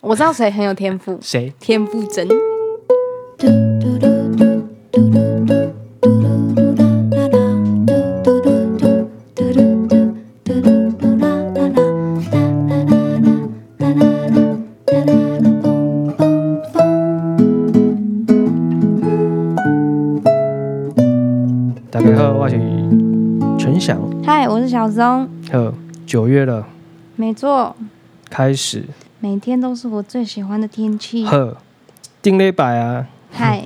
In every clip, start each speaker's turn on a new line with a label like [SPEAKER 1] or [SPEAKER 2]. [SPEAKER 1] 我知道谁很有天赋，
[SPEAKER 2] 谁？
[SPEAKER 1] 天赋真。
[SPEAKER 2] 大家好，我是陈翔。
[SPEAKER 1] 嗨，我是小松，
[SPEAKER 2] 呵，九月了，
[SPEAKER 1] 没错，
[SPEAKER 2] 开始
[SPEAKER 1] 每天都是我最喜欢的天气。
[SPEAKER 2] 呵，定礼拜啊，
[SPEAKER 1] 嗨，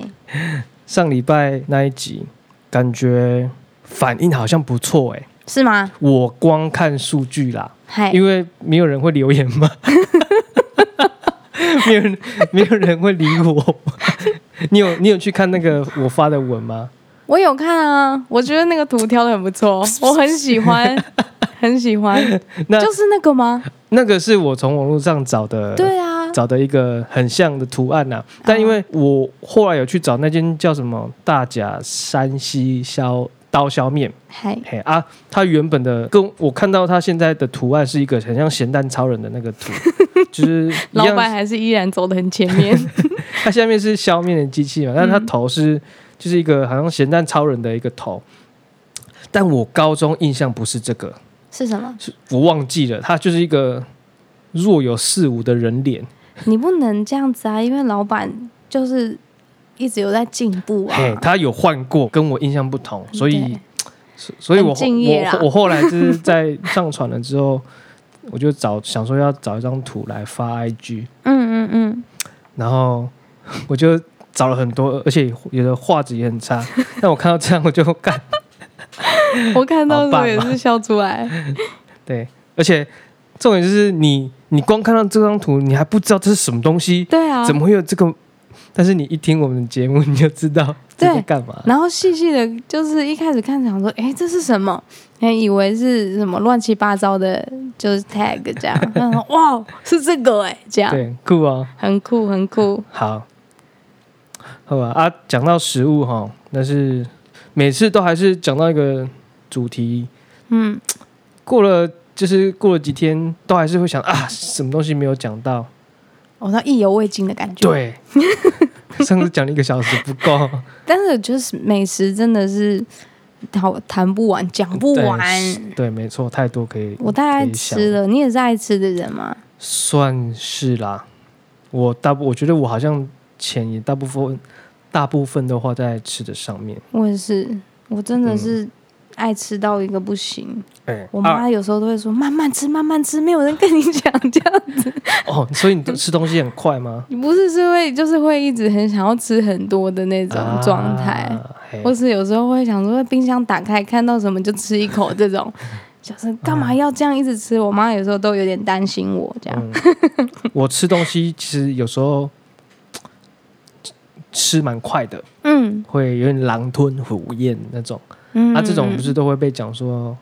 [SPEAKER 2] 上礼拜那一集，感觉反应好像不错哎、
[SPEAKER 1] 是吗？
[SPEAKER 2] 我光看数据啦，
[SPEAKER 1] 嗨，
[SPEAKER 2] 因为没有人会留言嘛，没有人，没有人会理我。你有你有去看那个我发的文吗？
[SPEAKER 1] 我有看啊，我觉得那个图挑的很不 错，我很喜 欢，很喜欢。
[SPEAKER 2] 那呃
[SPEAKER 1] 就是那个吗？
[SPEAKER 2] 那个是我从网络上找的，
[SPEAKER 1] 对啊，
[SPEAKER 2] 找的一个很像的图案呐、啊但因为我后来有去找那间叫什么大甲山西削刀削面，
[SPEAKER 1] 嗨，
[SPEAKER 2] 嘿啊，它原本的跟我看到它现在的图案是一个很像咸蛋超人的那个 图，就是一
[SPEAKER 1] 老
[SPEAKER 2] 样
[SPEAKER 1] 板，还是依然走得很前面。
[SPEAKER 2] 它下面是削面的机器嘛，但是
[SPEAKER 1] 嗯
[SPEAKER 2] 它头是、就是一个好像咸蛋超人的一个头。但我高中印象不是这个，
[SPEAKER 1] 是什么？
[SPEAKER 2] 是我忘记了，它就是一个若有似无的人脸。
[SPEAKER 1] 你不能这样子啊，因为老板就是一直有在进步啊。嗯
[SPEAKER 2] 嘿，他有换过，跟我印象不同，所以
[SPEAKER 1] 对，
[SPEAKER 2] 所所以我
[SPEAKER 1] 很敬业啦
[SPEAKER 2] 我我后来就是在上传了之后，我就找想说要找一张图来发 IG，
[SPEAKER 1] 嗯嗯嗯，
[SPEAKER 2] 然后我就找了很多，而且有的画质也很差。但我看到这样，我就干
[SPEAKER 1] 嗯我看到的时候
[SPEAKER 2] 好棒
[SPEAKER 1] 也
[SPEAKER 2] 啊
[SPEAKER 1] 是笑出来。
[SPEAKER 2] 对，而且重点就是你你光看到这张图，你还不知道这是什么东西，
[SPEAKER 1] 对啊，
[SPEAKER 2] 怎么会有这个？但是你一听我们的节目，你就知道这
[SPEAKER 1] 对
[SPEAKER 2] 在干嘛。
[SPEAKER 1] 然后细细的，就是一开始看想说，哎，这是什么？还以为是什么乱七八糟的，就是 tag 这样。然后哇，是这个哎、这样
[SPEAKER 2] 对，酷啊、
[SPEAKER 1] 很酷很酷。
[SPEAKER 2] 好，好吧啊，讲到食物哈，但是每次都还是讲到一个主题，
[SPEAKER 1] 嗯，
[SPEAKER 2] 过了就是过了几天，都还是会想啊，什么东西没有讲到？
[SPEAKER 1] 我说哦意犹未尽的感觉。，
[SPEAKER 2] 对，上次讲了一个小时不够，
[SPEAKER 1] 但是就是美食真的是好谈不完，讲不
[SPEAKER 2] 对
[SPEAKER 1] 完。
[SPEAKER 2] 对，没错，太多可以，
[SPEAKER 1] 我大概吃了，你也是爱吃的人吗？
[SPEAKER 2] 算是啦。我大部，我觉得我好像钱也大部分大部分都花在吃的上面。
[SPEAKER 1] 我也是，我真
[SPEAKER 2] 嗯
[SPEAKER 1] 的是爱吃到一个不行。
[SPEAKER 2] 哎
[SPEAKER 1] 我
[SPEAKER 2] 啊
[SPEAKER 1] 妈有时候都会说：“慢慢吃，慢慢吃，没有人跟你讲。”这样
[SPEAKER 2] 哦，所以你吃东西很快吗？
[SPEAKER 1] 你不是是会就是会一直很想要吃很多的那种状态，
[SPEAKER 2] 啊嘿
[SPEAKER 1] 或是有时候会想说哎冰箱打开看到什么就吃一口这 种，就是干嘛要这样一直吃？我妈有时候都有点担心我这样。
[SPEAKER 2] 嗯我吃东西其实有时候吃蛮快的，
[SPEAKER 1] 嗯
[SPEAKER 2] 会有点狼吞虎咽那种。
[SPEAKER 1] 嗯，
[SPEAKER 2] 那、这种
[SPEAKER 1] 嗯
[SPEAKER 2] 不是都会被讲说，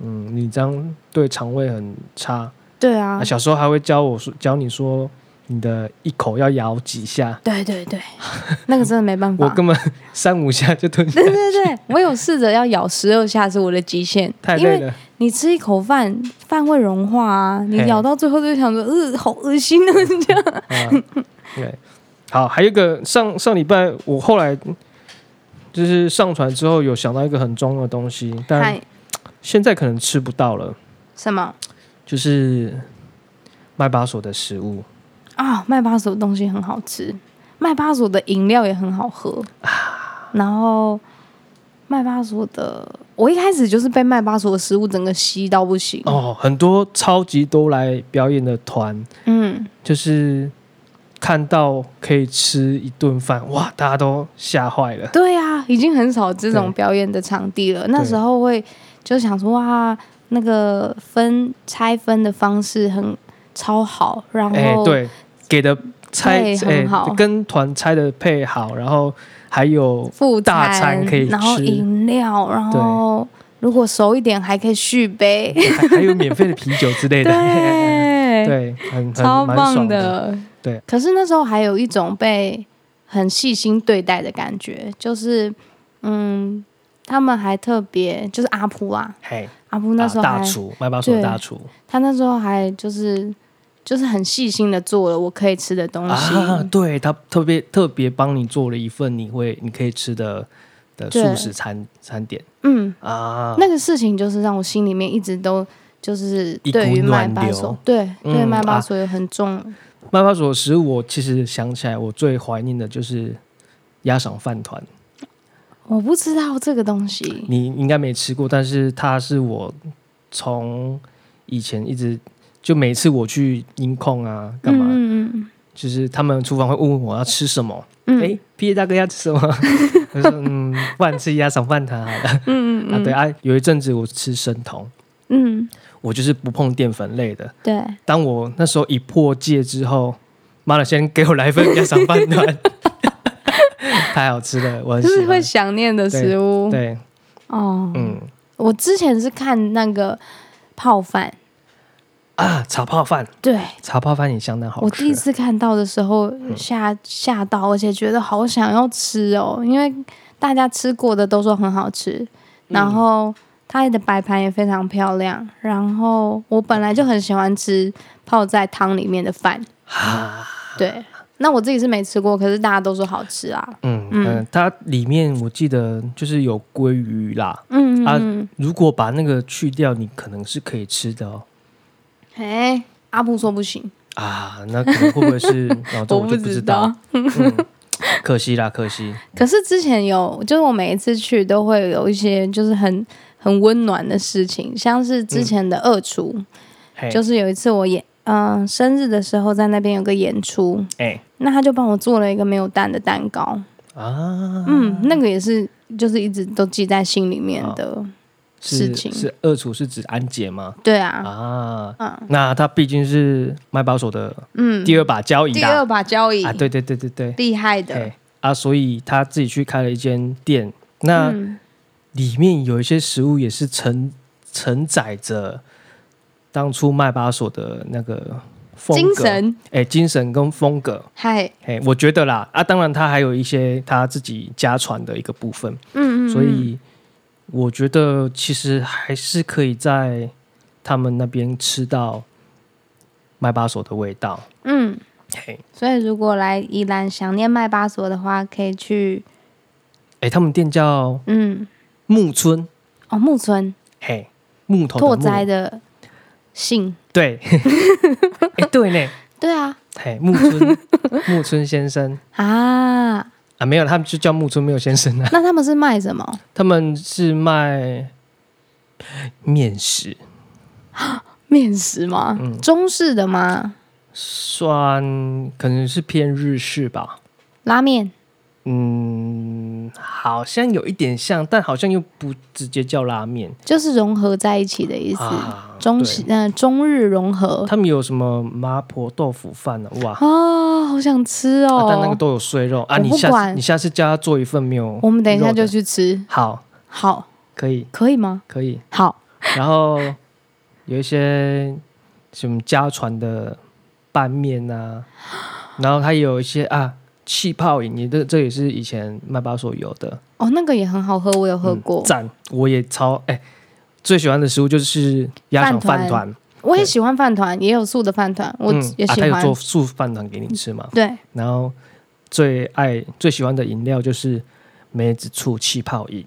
[SPEAKER 2] 嗯，你这样对肠胃很差。
[SPEAKER 1] 对啊
[SPEAKER 2] 啊、，小时候还会教我说，教你说你的一口要咬几下，
[SPEAKER 1] 对对 对，那个真的没办
[SPEAKER 2] 我
[SPEAKER 1] 法。
[SPEAKER 2] 根本三五下就吞下
[SPEAKER 1] 对，对对，我有试着要咬十二下是我的极限，
[SPEAKER 2] 太
[SPEAKER 1] 因
[SPEAKER 2] 累
[SPEAKER 1] 为
[SPEAKER 2] 了。
[SPEAKER 1] 你吃一口饭，饭会融化啊，你
[SPEAKER 2] 嘿
[SPEAKER 1] 咬到最后就想说，呃，好恶心啊，这样。
[SPEAKER 2] 啊，对，好，还有一个上上礼拜我后来就是上传之后有想到一个很重要的东西，但
[SPEAKER 1] 嗨，
[SPEAKER 2] 现在可能吃不到了，
[SPEAKER 1] 什么
[SPEAKER 2] 就是麦巴索的食物
[SPEAKER 1] 啊？麦巴索的东西很好吃，麦巴索的饮料也很好喝然后麦巴索的，我一开始就是被麦巴索的食物整个吸到不行。
[SPEAKER 2] 哦，很多超级多来表演的团，
[SPEAKER 1] 嗯，
[SPEAKER 2] 就是看到可以吃一顿饭，哇，大家都吓坏了。
[SPEAKER 1] 对啊，已经很少这种
[SPEAKER 2] 对
[SPEAKER 1] 表演的场地了。那
[SPEAKER 2] 对
[SPEAKER 1] 时候会就想说哇，那个分拆分的方式很超好，然后、
[SPEAKER 2] 哎，对，给的拆
[SPEAKER 1] 对
[SPEAKER 2] 哎
[SPEAKER 1] 很好
[SPEAKER 2] 跟团拆的配好，然后还有
[SPEAKER 1] 副
[SPEAKER 2] 大餐可以
[SPEAKER 1] 然后
[SPEAKER 2] 吃
[SPEAKER 1] 饮料，然后如果熟一点还可以续杯，
[SPEAKER 2] 还还有免费的啤酒之类的，
[SPEAKER 1] 对，
[SPEAKER 2] 对，很很
[SPEAKER 1] 超
[SPEAKER 2] 蛮
[SPEAKER 1] 棒
[SPEAKER 2] 爽的。对。
[SPEAKER 1] 可是那时候还有一种被很细心对待的感觉，就是嗯，他们还特别就是阿普啊，
[SPEAKER 2] 嘿，
[SPEAKER 1] 阿普那时候
[SPEAKER 2] 啊、
[SPEAKER 1] 还、
[SPEAKER 2] 大厨麦巴索的
[SPEAKER 1] 对
[SPEAKER 2] 大厨，
[SPEAKER 1] 他那时候还就是就是很细心的做了我可以吃的东西。
[SPEAKER 2] 啊，对他特别特别帮你做了一份你会你可以吃的的素
[SPEAKER 1] 对
[SPEAKER 2] 食餐餐点
[SPEAKER 1] 嗯，
[SPEAKER 2] 啊，
[SPEAKER 1] 那个事情就是让我心里面一直都就是
[SPEAKER 2] 一股
[SPEAKER 1] 对于麦
[SPEAKER 2] 暖
[SPEAKER 1] 巴
[SPEAKER 2] 流
[SPEAKER 1] 索，对、对
[SPEAKER 2] 嗯
[SPEAKER 1] 麦巴
[SPEAKER 2] 啊
[SPEAKER 1] 索有很重。
[SPEAKER 2] 麦巴索的食物，我其实想起来，我最怀念的就是鸭肠饭团。
[SPEAKER 1] 我不知道这个东西，
[SPEAKER 2] 你应该没吃过，但是它是我从以前一直就每次我去音控啊干嘛，
[SPEAKER 1] 嗯嗯
[SPEAKER 2] 就是他们厨房会问问我要吃什么，
[SPEAKER 1] 嗯，
[SPEAKER 2] 哎、p A 大哥要吃什么？ 我就说嗯，不然吃鸭肠饭团好了。
[SPEAKER 1] 嗯嗯
[SPEAKER 2] 啊，
[SPEAKER 1] 嗯，
[SPEAKER 2] 对啊，有一阵子我吃生酮，
[SPEAKER 1] 嗯，
[SPEAKER 2] 我就是不碰淀粉类的。
[SPEAKER 1] 对，
[SPEAKER 2] 当我那时候一破戒之后，妈的，先给我来一份鸭肠饭团， 太好吃了，我很
[SPEAKER 1] 就
[SPEAKER 2] 喜
[SPEAKER 1] 是会
[SPEAKER 2] 欢。
[SPEAKER 1] 想念的食物。
[SPEAKER 2] 对，
[SPEAKER 1] 哦，
[SPEAKER 2] 嗯
[SPEAKER 1] 我之前是看那个泡饭，
[SPEAKER 2] 啊，炒泡饭，
[SPEAKER 1] 对
[SPEAKER 2] 茶泡饭也相当好
[SPEAKER 1] 我
[SPEAKER 2] 吃。嗯
[SPEAKER 1] 第一次看到的时候吓吓到，而且觉得好想要吃哦，因为大家吃过的都说很好吃，然
[SPEAKER 2] 嗯
[SPEAKER 1] 后它的摆盘也非常漂亮，然后我本来就很喜欢吃泡在汤里面的饭，
[SPEAKER 2] 啊，
[SPEAKER 1] 对。那我自己是没吃过，可是大家都说好吃啊。
[SPEAKER 2] 嗯
[SPEAKER 1] 嗯
[SPEAKER 2] 嗯、呃它里面我记得就是有鲑鱼啦，
[SPEAKER 1] 嗯
[SPEAKER 2] 啊
[SPEAKER 1] 嗯，
[SPEAKER 2] 如果把那个去掉，你可能是可以吃的哦。
[SPEAKER 1] 哎、诶阿布说不行，
[SPEAKER 2] 啊，那可能会不会 是？哦，这我就不知道，嗯可惜啦，可惜。
[SPEAKER 1] 可是之前有，就是我每一次去都会有一些就是很很温暖的事情，像是之前的二厨，
[SPEAKER 2] 嘿，
[SPEAKER 1] 就是有一次我演嗯、生日的时候在那边有个演出，
[SPEAKER 2] 哎、
[SPEAKER 1] 那他就帮我做了一个没有蛋的蛋糕，
[SPEAKER 2] 啊，
[SPEAKER 1] 嗯，那个也是就是一直都记在心里面的，事
[SPEAKER 2] 是
[SPEAKER 1] 情
[SPEAKER 2] 是二厨是指安姐吗？
[SPEAKER 1] 对啊，
[SPEAKER 2] 啊，
[SPEAKER 1] 嗯
[SPEAKER 2] 那他毕竟是麦保手的
[SPEAKER 1] 嗯，
[SPEAKER 2] 第二把交椅
[SPEAKER 1] 第
[SPEAKER 2] 啦
[SPEAKER 1] 二。把交椅，
[SPEAKER 2] 啊，对对对对对，
[SPEAKER 1] 厉害
[SPEAKER 2] 对、
[SPEAKER 1] 的，
[SPEAKER 2] 啊，所以他自己去开了一间店，那。
[SPEAKER 1] 嗯
[SPEAKER 2] 里面有一些食物也是承承载着当初麦巴索的那个风
[SPEAKER 1] 精
[SPEAKER 2] 格，
[SPEAKER 1] 神，
[SPEAKER 2] 哎、精神跟风格，
[SPEAKER 1] 嗨，
[SPEAKER 2] 哎、我觉得啦，啊，当然他还有一些他自己家传的一个部分，
[SPEAKER 1] 嗯嗯，
[SPEAKER 2] 所以我觉得其实还是可以在他们那边吃到麦巴索的味道，
[SPEAKER 1] 嗯，
[SPEAKER 2] 嘿、
[SPEAKER 1] 所以如果来宜兰想念麦巴索的话，可以去，
[SPEAKER 2] 哎、他们店叫
[SPEAKER 1] 嗯，
[SPEAKER 2] 木村，
[SPEAKER 1] 哦，木村。
[SPEAKER 2] 嘿、木头的
[SPEAKER 1] 拓
[SPEAKER 2] 哦木
[SPEAKER 1] 哉的信。
[SPEAKER 2] 对， 哎、对呢。
[SPEAKER 1] 对啊，
[SPEAKER 2] 嘿，木村 木村先生
[SPEAKER 1] 啊，
[SPEAKER 2] 啊，没有，他们就叫木村，没有先生啊。
[SPEAKER 1] 那他们是卖什 么？
[SPEAKER 2] 他们是卖面食，
[SPEAKER 1] 面食吗？中式的吗？
[SPEAKER 2] 算可能是偏日式吧。
[SPEAKER 1] 拉面？
[SPEAKER 2] 嗯，好像有一点像，但好像又不直接叫拉面
[SPEAKER 1] 就是融合在一起的意思，
[SPEAKER 2] 啊。
[SPEAKER 1] 中
[SPEAKER 2] 对
[SPEAKER 1] 西呃中日融合。
[SPEAKER 2] 他们有什么麻婆豆腐饭呢、哇，
[SPEAKER 1] 啊，好想吃
[SPEAKER 2] 啊
[SPEAKER 1] 哦！
[SPEAKER 2] 但那个都有碎肉啊。
[SPEAKER 1] 我
[SPEAKER 2] 你
[SPEAKER 1] 不
[SPEAKER 2] 下次
[SPEAKER 1] 管
[SPEAKER 2] 你下次叫他做一份没有肉的？
[SPEAKER 1] 我们等一下就去吃，
[SPEAKER 2] 好，
[SPEAKER 1] 好，
[SPEAKER 2] 可以
[SPEAKER 1] 可以吗？
[SPEAKER 2] 可以。
[SPEAKER 1] 好，
[SPEAKER 2] 然后有一些什么家传的拌面啊，然后它也有一些啊气泡饮，你这这也是以前麦巴所有的，
[SPEAKER 1] 哦，那个也很好喝，我有喝过
[SPEAKER 2] 嗯，赞、我也超哎、最喜欢的食物就是鸭肠饭
[SPEAKER 1] 饭团
[SPEAKER 2] 团，
[SPEAKER 1] 我也喜欢饭团，也有素的饭团，我
[SPEAKER 2] 嗯
[SPEAKER 1] 也
[SPEAKER 2] 啊，
[SPEAKER 1] 喜
[SPEAKER 2] 他有
[SPEAKER 1] 欢
[SPEAKER 2] 做。素饭团给你吃嘛，
[SPEAKER 1] 对，
[SPEAKER 2] 然后最爱最喜欢的饮料就是梅子醋气泡饮，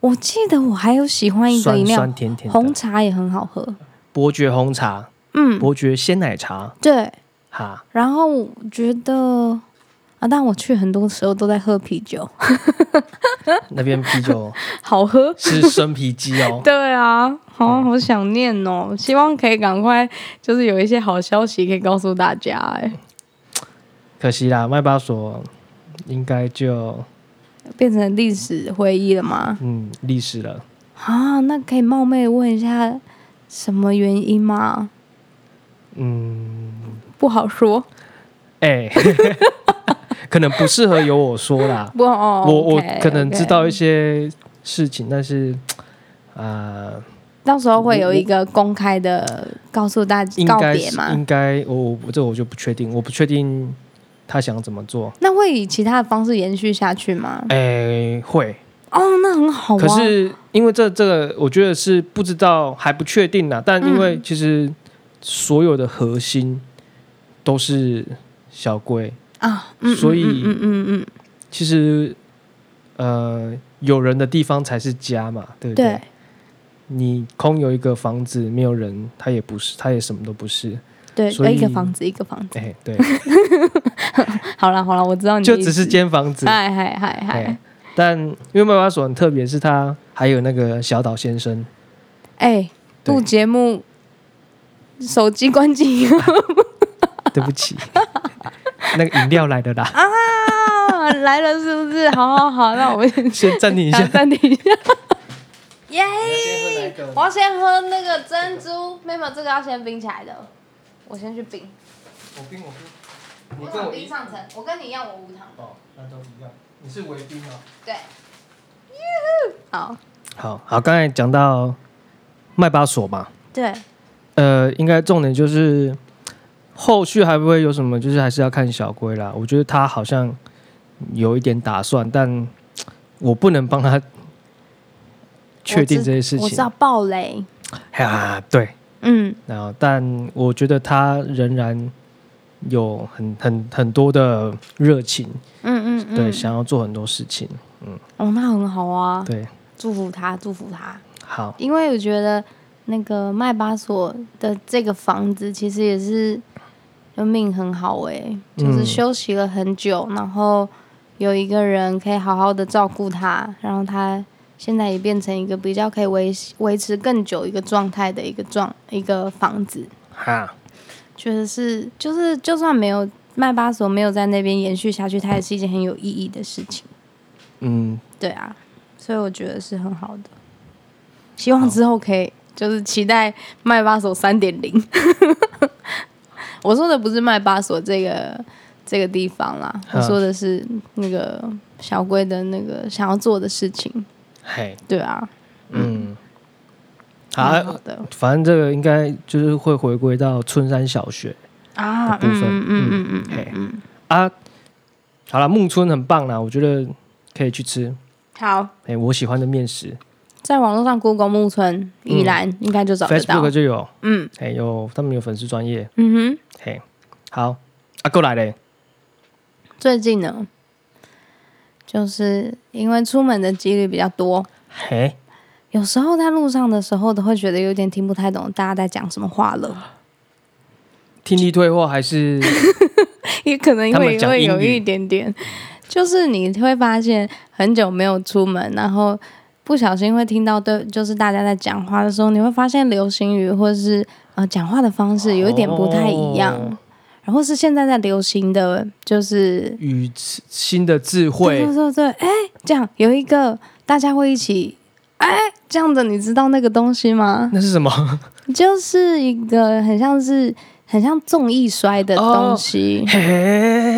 [SPEAKER 1] 我记得我还有喜欢一个饮
[SPEAKER 2] 酸
[SPEAKER 1] 料
[SPEAKER 2] 酸，甜甜
[SPEAKER 1] 红
[SPEAKER 2] 的
[SPEAKER 1] 茶也很好喝。
[SPEAKER 2] 伯爵红茶、
[SPEAKER 1] 嗯，
[SPEAKER 2] 伯爵鲜奶茶，
[SPEAKER 1] 对，
[SPEAKER 2] 哈，
[SPEAKER 1] 然后我觉得啊，但我去很多时候都在喝啤酒，
[SPEAKER 2] 那边啤酒
[SPEAKER 1] 好喝。
[SPEAKER 2] 是生啤鸡哦。
[SPEAKER 1] 对啊，好、
[SPEAKER 2] 嗯
[SPEAKER 1] 好想念哦！希望可以赶快，就是有一些好消息可以告诉大家、哎，
[SPEAKER 2] 可惜啦，麦巴索应该就
[SPEAKER 1] 变成历史回忆了吗？
[SPEAKER 2] 嗯历史了。
[SPEAKER 1] 啊，那可以冒昧问一下，什么原因吗？
[SPEAKER 2] 嗯，
[SPEAKER 1] 不好说，
[SPEAKER 2] 哎、 可能不适合由我说啦。
[SPEAKER 1] 不，哦、
[SPEAKER 2] 我我
[SPEAKER 1] OK，
[SPEAKER 2] 可能
[SPEAKER 1] OK
[SPEAKER 2] 知道一些事情，但是啊、呃
[SPEAKER 1] 到时候会有一个公开的告诉大
[SPEAKER 2] 应
[SPEAKER 1] 告
[SPEAKER 2] 该
[SPEAKER 1] 别
[SPEAKER 2] 是
[SPEAKER 1] 嘛。
[SPEAKER 2] 应该我我这我就不确定，我不确定他想怎么做。
[SPEAKER 1] 那会以其他的方式延续下去吗？
[SPEAKER 2] 哎、会，
[SPEAKER 1] 哦，那很好啊。
[SPEAKER 2] 可
[SPEAKER 1] 嗯
[SPEAKER 2] 是因为这这个，我觉得是不知道还不确定啦。但因为其实所有的核心都是小龟。
[SPEAKER 1] 啊，嗯，
[SPEAKER 2] 所以
[SPEAKER 1] 嗯嗯嗯嗯
[SPEAKER 2] 其实，呃，有人的地方才是家嘛，对
[SPEAKER 1] 嗯，
[SPEAKER 2] 不
[SPEAKER 1] 对，
[SPEAKER 2] 你空有一个房子，没有人，他也不是，他也什么都不是。
[SPEAKER 1] 对，
[SPEAKER 2] 所以
[SPEAKER 1] 一个房子一个房子，
[SPEAKER 2] 哎、 对，
[SPEAKER 1] 好了好了，我知道你
[SPEAKER 2] 就
[SPEAKER 1] 的意
[SPEAKER 2] 只是
[SPEAKER 1] 思，
[SPEAKER 2] 间房子。
[SPEAKER 1] 嗨嗨嗨
[SPEAKER 2] 哎
[SPEAKER 1] 嗨，
[SPEAKER 2] 但因为麦巴索很特别，是他还有那个小岛先生，
[SPEAKER 1] 哎，
[SPEAKER 2] 对
[SPEAKER 1] 录节目手机关机
[SPEAKER 2] 对不起，那个饮料来的啦，
[SPEAKER 1] 啊，来了是不是？好好好，那我们先
[SPEAKER 2] 先暂停一下。
[SPEAKER 1] 暂停一 下，耶！
[SPEAKER 2] 先喝奶
[SPEAKER 1] 我
[SPEAKER 2] 狗
[SPEAKER 1] 要先喝那个珍珠，没有这个要先冰起来的，我先去冰，
[SPEAKER 2] 我冰我冰，
[SPEAKER 1] 我想冰上层，我跟你一样，我无糖，
[SPEAKER 2] 哦，那都一样。你是围冰啊？
[SPEAKER 1] 对，好，
[SPEAKER 2] 好好，刚才讲到麦巴索嘛，
[SPEAKER 1] 对，
[SPEAKER 2] 呃，应该重点就是后续还不会有什么，就是还是要看小龟啦。我觉得他好像有一点打算，但我不能帮他确定这些事
[SPEAKER 1] 我知
[SPEAKER 2] 情
[SPEAKER 1] 道暴雷，
[SPEAKER 2] 啊。对，
[SPEAKER 1] 嗯，
[SPEAKER 2] 然后但我觉得他仍然有很很很多的热情，
[SPEAKER 1] 嗯嗯嗯，
[SPEAKER 2] 对，想要做很多事情，
[SPEAKER 1] 哦，那很好啊，
[SPEAKER 2] 对，
[SPEAKER 1] 祝福他，祝福他，
[SPEAKER 2] 好，
[SPEAKER 1] 因为我觉得那个麦巴索的这个房子其实也是就命很好哎、就是
[SPEAKER 2] 嗯
[SPEAKER 1] 休息了很久，然后有一个人可以好好的照顾他，然后他现在也变成一个比较可以维维持更久一个状态的一个状一个房子，
[SPEAKER 2] 哈，
[SPEAKER 1] 觉得是就是就算没有麦巴索没有在那边延续下去，它也是一件很有意义的事情。
[SPEAKER 2] 嗯，
[SPEAKER 1] 对啊，所以我觉得是很好的。希望之后可以，就是期待麦巴索三点零。 我说的不是麦巴索这个这个地方啦，
[SPEAKER 2] 嗯
[SPEAKER 1] 我说的是那个小龟的那个想要做的事情。
[SPEAKER 2] 嘿，
[SPEAKER 1] 对啊，
[SPEAKER 2] 嗯，
[SPEAKER 1] 蛮
[SPEAKER 2] 好啊
[SPEAKER 1] 好，的
[SPEAKER 2] 反正这个应该就是会回归到春山小学的
[SPEAKER 1] 啊，
[SPEAKER 2] 部
[SPEAKER 1] 嗯
[SPEAKER 2] 分
[SPEAKER 1] 嗯嗯嗯嗯
[SPEAKER 2] 嘿啊。好了，木村很棒啦，我觉得可以去吃。
[SPEAKER 1] 好，
[SPEAKER 2] 哎、我喜欢的面食
[SPEAKER 1] 在网络上 Google 木村依然、应该就找得到
[SPEAKER 2] 嗯，Facebook。就有，
[SPEAKER 1] 嗯
[SPEAKER 2] 哎、有他们有粉丝专业，
[SPEAKER 1] 嗯
[SPEAKER 2] 嘿，好，啊，过来嘞，
[SPEAKER 1] 哼，最近呢，就是因为出门的几率比较多，
[SPEAKER 2] 嘿，
[SPEAKER 1] 有时候在路上的时候，都会觉得有点听不太懂大家在讲什么话 了，
[SPEAKER 2] 听力退化还是
[SPEAKER 1] 也可能
[SPEAKER 2] 他们
[SPEAKER 1] 会
[SPEAKER 2] 讲
[SPEAKER 1] 会
[SPEAKER 2] 英
[SPEAKER 1] 有
[SPEAKER 2] 语
[SPEAKER 1] 一点点，就是你会发现很久没有出门，然后不小心会听到对，就是大家在讲话的时候，你会发现流行语或是呃讲话的方式有一点不太一样，
[SPEAKER 2] 哦
[SPEAKER 1] 然后是现在在流行的就是
[SPEAKER 2] 与新的智
[SPEAKER 1] 对
[SPEAKER 2] 慧
[SPEAKER 1] 对对对，哎，这样有一个大家会一起哎这样的，你知道那个东西吗？
[SPEAKER 2] 那是什么？
[SPEAKER 1] 就是一个很像是很像重易摔的东西。
[SPEAKER 2] 嘿，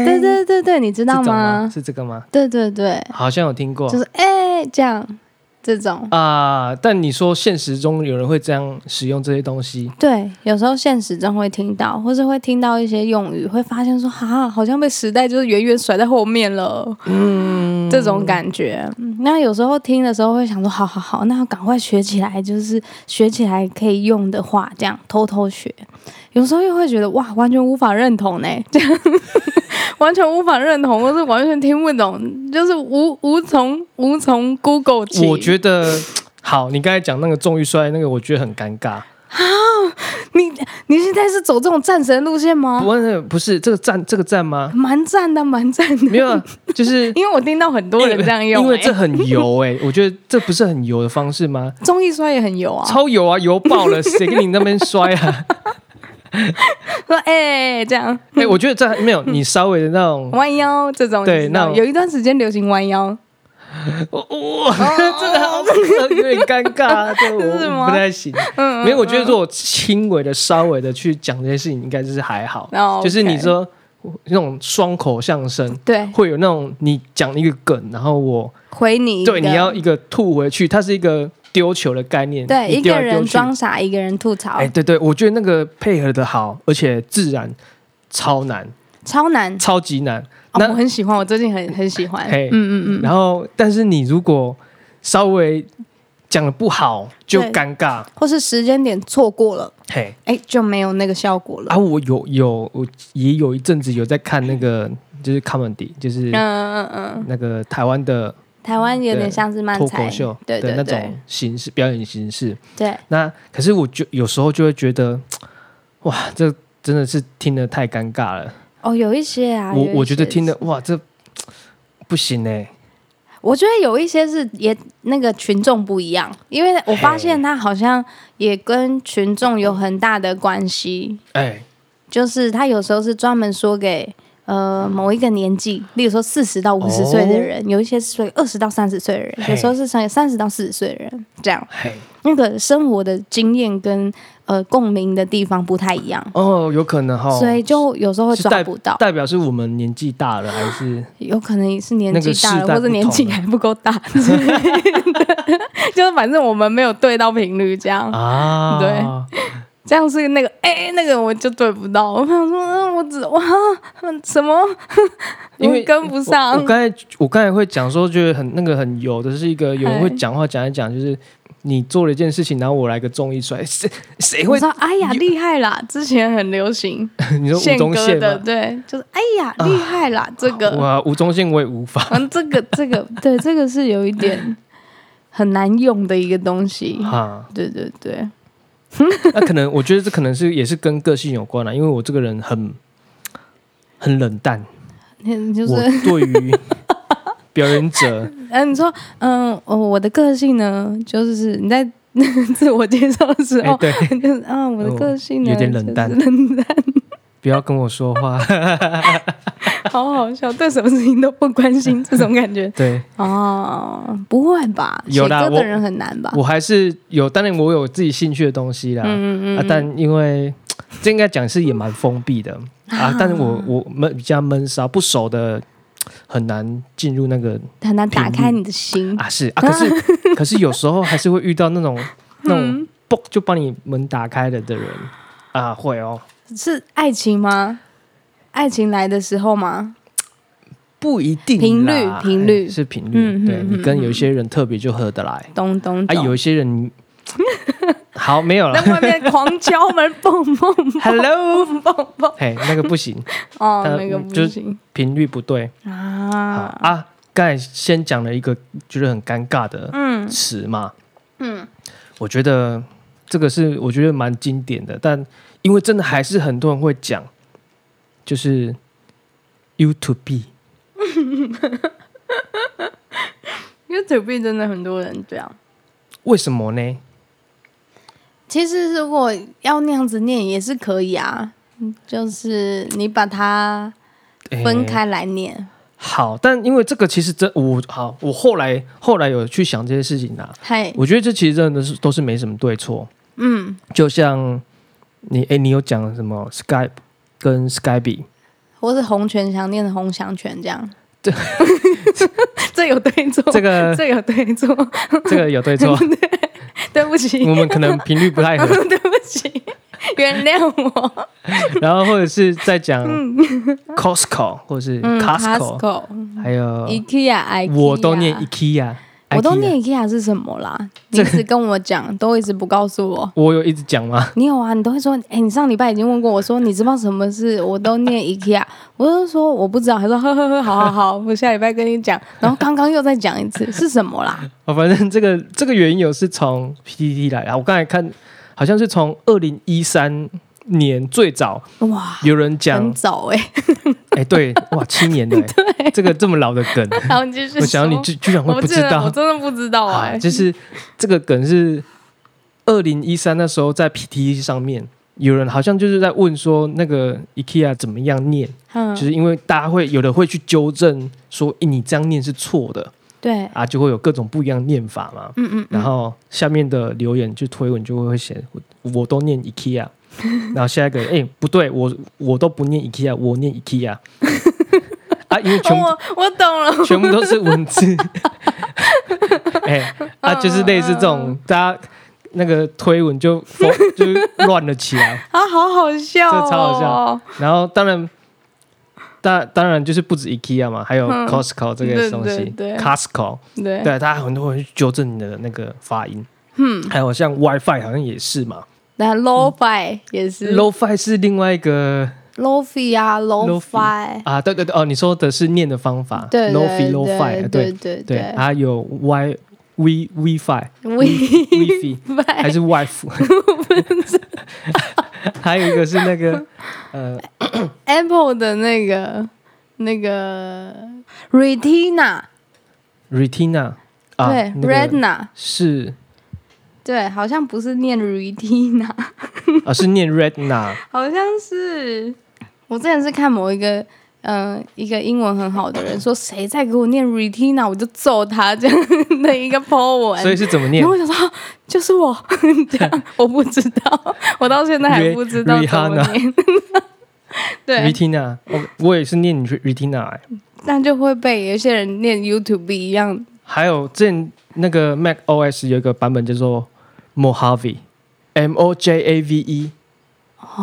[SPEAKER 1] 对对对对， 你知
[SPEAKER 2] 知
[SPEAKER 1] 道
[SPEAKER 2] 吗？哦
[SPEAKER 1] 吗？
[SPEAKER 2] 哦是这个吗？
[SPEAKER 1] 对对对，
[SPEAKER 2] 好像有听过
[SPEAKER 1] 就是哎、这样这种。
[SPEAKER 2] 啊、但你说现实中有人会这样使用这些东西，
[SPEAKER 1] 对，有时候现实中会听到，或是会听到一些用语，会发现说哈，好像被时代就是远远甩在后面了，嗯，这种感觉。嗯那有时候听的时候会想说，好好好，那要赶快学起来，就是学起来可以用的话，这样偷偷学。有时候又会觉得哇，完全无法认同呢，这样 完全无法认同，或是完全听不懂，就是无无从无从 Google 起。
[SPEAKER 2] 我觉得好，你刚才讲那个重欲摔那个，我觉得很尴尬。
[SPEAKER 1] 啊你你现在是走这种战神路线吗？
[SPEAKER 2] 不是不是这个站这个站吗？
[SPEAKER 1] 蛮赞的，蛮赞的。
[SPEAKER 2] 没 有啊，就是
[SPEAKER 1] 因为我听到很多人这样用、
[SPEAKER 2] 因为这
[SPEAKER 1] 欸
[SPEAKER 2] 很油哎、我觉得这不是很油的方式吗？
[SPEAKER 1] 综艺摔也很油啊，
[SPEAKER 2] 超油啊，油爆了，谁跟你那边摔啊？
[SPEAKER 1] 说哎、这样
[SPEAKER 2] 哎、我觉得这没有你稍微的那种，
[SPEAKER 1] 弯腰这种，
[SPEAKER 2] 对
[SPEAKER 1] 你知道
[SPEAKER 2] 那我
[SPEAKER 1] 有一段时间流行弯腰，
[SPEAKER 2] 我我真的好这 有点尴尬、啊，这 我
[SPEAKER 1] 是
[SPEAKER 2] 我
[SPEAKER 1] 吗
[SPEAKER 2] 不太行。
[SPEAKER 1] 嗯，
[SPEAKER 2] 没有，我觉得如果轻微的、稍微的去讲这些事情，应该就是还好。
[SPEAKER 1] 哦
[SPEAKER 2] 就是你
[SPEAKER 1] OK
[SPEAKER 2] 说那种双口相声，
[SPEAKER 1] 对，
[SPEAKER 2] 会有那种你讲一个梗，然后我
[SPEAKER 1] 回你一个
[SPEAKER 2] 对你要一个吐回去，它是一个丢球的概念，
[SPEAKER 1] 对
[SPEAKER 2] 你
[SPEAKER 1] 一
[SPEAKER 2] 丢
[SPEAKER 1] 个
[SPEAKER 2] 来丢
[SPEAKER 1] 人
[SPEAKER 2] 去
[SPEAKER 1] 装傻，一个人吐槽，
[SPEAKER 2] 哎、对对，我觉得那个配合的好，而且自然，超难，
[SPEAKER 1] 超难。
[SPEAKER 2] 超级难。
[SPEAKER 1] 哦
[SPEAKER 2] 那、
[SPEAKER 1] 我很喜嗯欢，我最近很很喜欢，
[SPEAKER 2] 嘿
[SPEAKER 1] 嗯嗯嗯，
[SPEAKER 2] 然后，但是你如果稍微讲的不好就尴尬，
[SPEAKER 1] 或是时间点错过了，
[SPEAKER 2] 嘿
[SPEAKER 1] 哎，就没有那个效果了。
[SPEAKER 2] 啊！我有有我也有一阵子有在看那个就是 comedy，就是
[SPEAKER 1] 嗯嗯嗯，
[SPEAKER 2] 那个台湾的
[SPEAKER 1] 台湾有点像是漫
[SPEAKER 2] 脱
[SPEAKER 1] 才
[SPEAKER 2] 口秀，
[SPEAKER 1] 对
[SPEAKER 2] 的
[SPEAKER 1] 对
[SPEAKER 2] 那
[SPEAKER 1] 对
[SPEAKER 2] 种形式表演形式。
[SPEAKER 1] 对，
[SPEAKER 2] 那可是我就有时候就会觉得，哇，这真的是听得太尴尬了。
[SPEAKER 1] 哦，有一些啊，
[SPEAKER 2] 我
[SPEAKER 1] 有一
[SPEAKER 2] 我觉得
[SPEAKER 1] 些
[SPEAKER 2] 听
[SPEAKER 1] 是
[SPEAKER 2] 得哇，这不行哎、
[SPEAKER 1] 我觉得有一些是也那个群众不一样，因为我发现他好像也跟群众有很大的关系，
[SPEAKER 2] 哎、
[SPEAKER 1] 就是他有时候是专门说给呃某一个年纪，例如说四十到五十岁的人，
[SPEAKER 2] 哦
[SPEAKER 1] 有一些是说二十到三十岁的人，
[SPEAKER 2] 嘿
[SPEAKER 1] 有时候是说三十到四十岁的人，这样
[SPEAKER 2] 嘿，
[SPEAKER 1] 那个生活的经验跟呃共鸣的地方不太一样，
[SPEAKER 2] 哦，有可能哈，
[SPEAKER 1] 所以就有时候会
[SPEAKER 2] 是
[SPEAKER 1] 抓不到，
[SPEAKER 2] 代表是我们年纪大了，还是
[SPEAKER 1] 有可能是年
[SPEAKER 2] 那
[SPEAKER 1] 纪
[SPEAKER 2] 个
[SPEAKER 1] 大
[SPEAKER 2] 世
[SPEAKER 1] 了，
[SPEAKER 2] 代
[SPEAKER 1] 或者
[SPEAKER 2] 不
[SPEAKER 1] 年纪
[SPEAKER 2] 同了
[SPEAKER 1] 还不够大， 就是反正我们没有对到频率，这样、
[SPEAKER 2] 啊？
[SPEAKER 1] 对， 这样是那个哎、那个我就对不到。我想说，嗯，我只哇什么，
[SPEAKER 2] 因为
[SPEAKER 1] 我跟不上
[SPEAKER 2] 我刚才我刚才会讲说，觉得很那个很有的是一个有人会讲话讲一讲，就是你做了一件事情，然后我来个综艺摔，谁谁
[SPEAKER 1] 我
[SPEAKER 2] 会
[SPEAKER 1] 说哎呀厉害啦，之前很流行
[SPEAKER 2] 你说
[SPEAKER 1] 宪
[SPEAKER 2] 吴宗
[SPEAKER 1] 歌
[SPEAKER 2] 宪
[SPEAKER 1] 的，
[SPEAKER 2] 吗？啊
[SPEAKER 1] 对，就是哎呀厉害啦，这个，
[SPEAKER 2] 哇，吴宗宪我也无法
[SPEAKER 1] 嗯，这个这个，对，这个是有一点很难用的一个东西。
[SPEAKER 2] 哈。
[SPEAKER 1] 对对对，
[SPEAKER 2] 那可能我觉得这可能是也是跟个性有关啊啦，因为我这个人很很冷淡，
[SPEAKER 1] 你就是
[SPEAKER 2] 我对 于表演者
[SPEAKER 1] 嗯、你说，嗯、呃，我的个性呢，就是你在 自我介绍的时
[SPEAKER 2] 哎
[SPEAKER 1] 候，
[SPEAKER 2] 对，哦
[SPEAKER 1] 就是啊，我的个性呢，
[SPEAKER 2] 有点冷淡
[SPEAKER 1] 就是冷淡，
[SPEAKER 2] 不要跟我说 话，
[SPEAKER 1] 好好笑，对什么事情都不关心，这种感 觉
[SPEAKER 2] 对。
[SPEAKER 1] 哦，不会吧？
[SPEAKER 2] 有啦
[SPEAKER 1] 写歌
[SPEAKER 2] 我
[SPEAKER 1] 的人很难吧？
[SPEAKER 2] 我还是有，当然我有自己兴趣的东西啦，
[SPEAKER 1] 嗯嗯嗯
[SPEAKER 2] 啊，但因为这应该讲是也蛮封 闭的啊，但是我我闷比较闷骚，不熟的很难进入那个
[SPEAKER 1] 嗯很难打
[SPEAKER 2] 频率
[SPEAKER 1] 开你的心，
[SPEAKER 2] 啊是啊，可 是可是有时候还是会遇到那
[SPEAKER 1] 嗯
[SPEAKER 2] 种那种嘣就把你门打开了的人啊，会哦，
[SPEAKER 1] 是爱情吗？爱情来的时候吗？
[SPEAKER 2] 不一定
[SPEAKER 1] 频率
[SPEAKER 2] 啦
[SPEAKER 1] 频率
[SPEAKER 2] 哎是频
[SPEAKER 1] 嗯
[SPEAKER 2] 率，对
[SPEAKER 1] 嗯
[SPEAKER 2] 你跟有一些人特别就合得来，
[SPEAKER 1] 咚咚
[SPEAKER 2] 啊，
[SPEAKER 1] 咚，
[SPEAKER 2] 有一 些人好没有了
[SPEAKER 1] 在外面狂敲门，蹦蹦
[SPEAKER 2] ，Hello，
[SPEAKER 1] 蹦蹦蹦，
[SPEAKER 2] 嘿，那个不行。
[SPEAKER 1] 哦，
[SPEAKER 2] 他
[SPEAKER 1] 那个不
[SPEAKER 2] 呃就是
[SPEAKER 1] 行
[SPEAKER 2] 频率不对啊
[SPEAKER 1] 啊，
[SPEAKER 2] 啊！刚才先讲了一个觉得很尴尬的
[SPEAKER 1] 嗯
[SPEAKER 2] 词嘛，
[SPEAKER 1] 嗯，
[SPEAKER 2] 我觉得这个是我觉得蛮经典的，但因为真的还是很多人会讲，就是 “you to be”，
[SPEAKER 1] 因为 to B 真的很多人这样。
[SPEAKER 2] 为什么呢？
[SPEAKER 1] 其实如果要那样子念也是可以啊，嗯就是你把它
[SPEAKER 2] 诶
[SPEAKER 1] 分开来念，
[SPEAKER 2] 好，但因为这个其实真我好，我后来后来有去想这些事情啊，
[SPEAKER 1] 嘿，
[SPEAKER 2] 我觉得这其实真的是都是没什么对错，
[SPEAKER 1] 嗯，
[SPEAKER 2] 就像你哎，你有讲什么 Skype 跟 Skype，
[SPEAKER 1] 或是洪拳祥念的洪祥拳这样，这 这有对错，
[SPEAKER 2] 这个
[SPEAKER 1] 这有对错，
[SPEAKER 2] 这个有 对错，
[SPEAKER 1] 对不起，
[SPEAKER 2] 我 们可能频率不太合，
[SPEAKER 1] 对不起，原谅我。
[SPEAKER 2] 然后或者是在讲 Costco 或是
[SPEAKER 1] 嗯
[SPEAKER 2] Costco，、还有
[SPEAKER 1] IKEA，
[SPEAKER 2] 我都念
[SPEAKER 1] IKEA
[SPEAKER 2] IKEA，
[SPEAKER 1] 我都
[SPEAKER 2] IKEA
[SPEAKER 1] 念 IKEA 是什么啦？你一直跟我讲，都一直不告诉我。
[SPEAKER 2] 我有一直讲吗？
[SPEAKER 1] 你有啊？你都会说，哎、你上礼拜已经问过我说，你知不知道什么是？我都念 IKEA，我 就说我不知道。他说呵呵呵，好好好，我下礼拜跟你讲。 然后刚刚又再讲一次，是什么啦？
[SPEAKER 2] 哦，反正这个这个缘由是从 PPT 来的，啊我刚才看好像是从二零一三年最早
[SPEAKER 1] 哇，
[SPEAKER 2] 有人
[SPEAKER 1] 很
[SPEAKER 2] 讲，
[SPEAKER 1] 早 哎、
[SPEAKER 2] 哎、对，哇，七年 的、欸，这个这么老的梗，
[SPEAKER 1] 然后你继续
[SPEAKER 2] 我想你
[SPEAKER 1] 说
[SPEAKER 2] 居居然会
[SPEAKER 1] 我
[SPEAKER 2] 不知
[SPEAKER 1] 真的
[SPEAKER 2] 道
[SPEAKER 1] 我，真的不知道哎、
[SPEAKER 2] 啊，就是这个梗是二零一三那时候在 PTE 上面，有人好像就是在问说那个 IKEA 怎么样念，
[SPEAKER 1] 嗯
[SPEAKER 2] 就，是因为大家会有的会去纠正说，诶你这样念是错的
[SPEAKER 1] 对，
[SPEAKER 2] 啊，就会有各种不一样的念法嘛。
[SPEAKER 1] 嗯嗯
[SPEAKER 2] 然后下面的留言就推文就会写，我都念 IKEA，然后下一个哎、不对，我我都不念 IKEA，我念 IKEA 啊，因为全部
[SPEAKER 1] 我哦我懂了，
[SPEAKER 2] 全部都是 文字。哎、啊，
[SPEAKER 1] 嗯
[SPEAKER 2] 就是类似这种，大家那个推文 就疯就是乱了起来。
[SPEAKER 1] 啊，好好笑、哦，
[SPEAKER 2] 这超好笑然后当然，当当然就是不止 IKEA 嘛，还有
[SPEAKER 1] 嗯
[SPEAKER 2] Costco 这个东西
[SPEAKER 1] 对对对
[SPEAKER 2] ，Costco，
[SPEAKER 1] 对
[SPEAKER 2] 对，它很多人去纠正你的那个发音。嗯，还有像 WiFi 好像也是嘛
[SPEAKER 1] 那 lofi 也是
[SPEAKER 2] ，LoFi 是另外一个
[SPEAKER 1] lofi 啊 lofi，
[SPEAKER 2] 啊，对对对，哦，你说的是念的方法
[SPEAKER 1] 对
[SPEAKER 2] ，LoFi
[SPEAKER 1] 对对
[SPEAKER 2] LoFi，对啊
[SPEAKER 1] 对
[SPEAKER 2] 对，
[SPEAKER 1] 对
[SPEAKER 2] 还有 Y V WiFi
[SPEAKER 1] ，wi
[SPEAKER 2] WiFi 还是 WiFi，还有一个是那个呃
[SPEAKER 1] Apple 的那个那个 Retina，
[SPEAKER 2] Retina 啊，
[SPEAKER 1] 对
[SPEAKER 2] 那个
[SPEAKER 1] Retina，
[SPEAKER 2] 是
[SPEAKER 1] 对，好像不是念 Retina，
[SPEAKER 2] 啊是念 Retina
[SPEAKER 1] 好像是我之前是看某一个。嗯、一个英文很好的人说，谁再给我念 Retina，我就揍他这样的 一个 po 文。
[SPEAKER 2] 所以是怎么
[SPEAKER 1] 然
[SPEAKER 2] 念
[SPEAKER 1] 后我想说，啊就是我 这 样，我不知道，我到现在还不知道
[SPEAKER 2] Rih-
[SPEAKER 1] 怎么念。 对，
[SPEAKER 2] ？Retina，我我也是念 Retina，欸
[SPEAKER 1] 但就会被有些人念 YouTube 一样。
[SPEAKER 2] 还有之前那个 Mac OS 有一个版本叫做 Mojave，M O J A V E。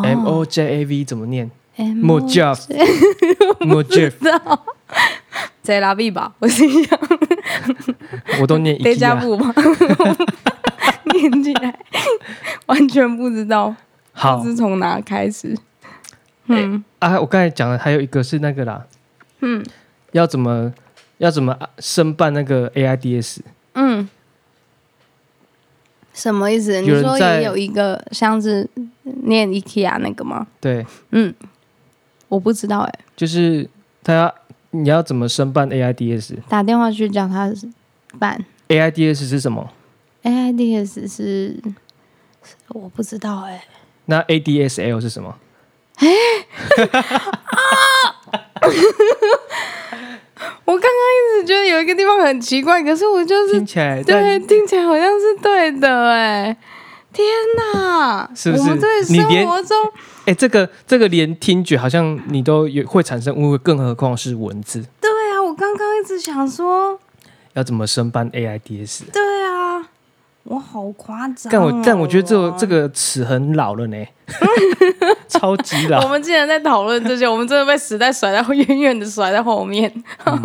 [SPEAKER 2] M
[SPEAKER 1] 哦
[SPEAKER 2] O J A V E 怎么念
[SPEAKER 1] M
[SPEAKER 2] ？Mojave，Mojave。Mojave，
[SPEAKER 1] 知道， 贼拉比吧？我心想，
[SPEAKER 2] 我都念
[SPEAKER 1] 叠加
[SPEAKER 2] IKEA。
[SPEAKER 1] 布吗？念起来完全不知道
[SPEAKER 2] 好
[SPEAKER 1] 是从哪开 始。嗯，
[SPEAKER 2] 啊，我刚才讲的还有一个是那个啦，
[SPEAKER 1] 嗯
[SPEAKER 2] 要怎么要怎么申办那个 AIDS？
[SPEAKER 1] 嗯，什么意思？你
[SPEAKER 2] 有人
[SPEAKER 1] 说
[SPEAKER 2] 在
[SPEAKER 1] 也有一个像是念 IKEA 那个吗？
[SPEAKER 2] 对，
[SPEAKER 1] 嗯，我不知道哎、
[SPEAKER 2] 就是他要你要怎么申办 AIDS？AIDS
[SPEAKER 1] 打电话去叫他办。
[SPEAKER 2] 是什么？
[SPEAKER 1] AIDS 是我不知道哎、
[SPEAKER 2] 那 ADSL 是什么？
[SPEAKER 1] 我刚刚一直觉得有一个地方很奇怪，可是我就是
[SPEAKER 2] 听起来
[SPEAKER 1] 对，
[SPEAKER 2] 在
[SPEAKER 1] 听起来好像是对的哎！天哪，
[SPEAKER 2] 是不是
[SPEAKER 1] 我们对
[SPEAKER 2] 你
[SPEAKER 1] 生
[SPEAKER 2] 连
[SPEAKER 1] 活中
[SPEAKER 2] 哎，这个这个连听觉好像你都有会产生误会，更何况是文字。
[SPEAKER 1] 对啊，我刚刚一直想说，
[SPEAKER 2] 要怎么申办 AIDS？
[SPEAKER 1] 对啊，我好夸张、哦。哦
[SPEAKER 2] 但我但我觉得这个这
[SPEAKER 1] 个，
[SPEAKER 2] 个词很老了 呢，超级
[SPEAKER 1] 我
[SPEAKER 2] 老。
[SPEAKER 1] 们竟然在讨论这些，我们真的被时代甩在后 远远的甩在后面。
[SPEAKER 2] 嗯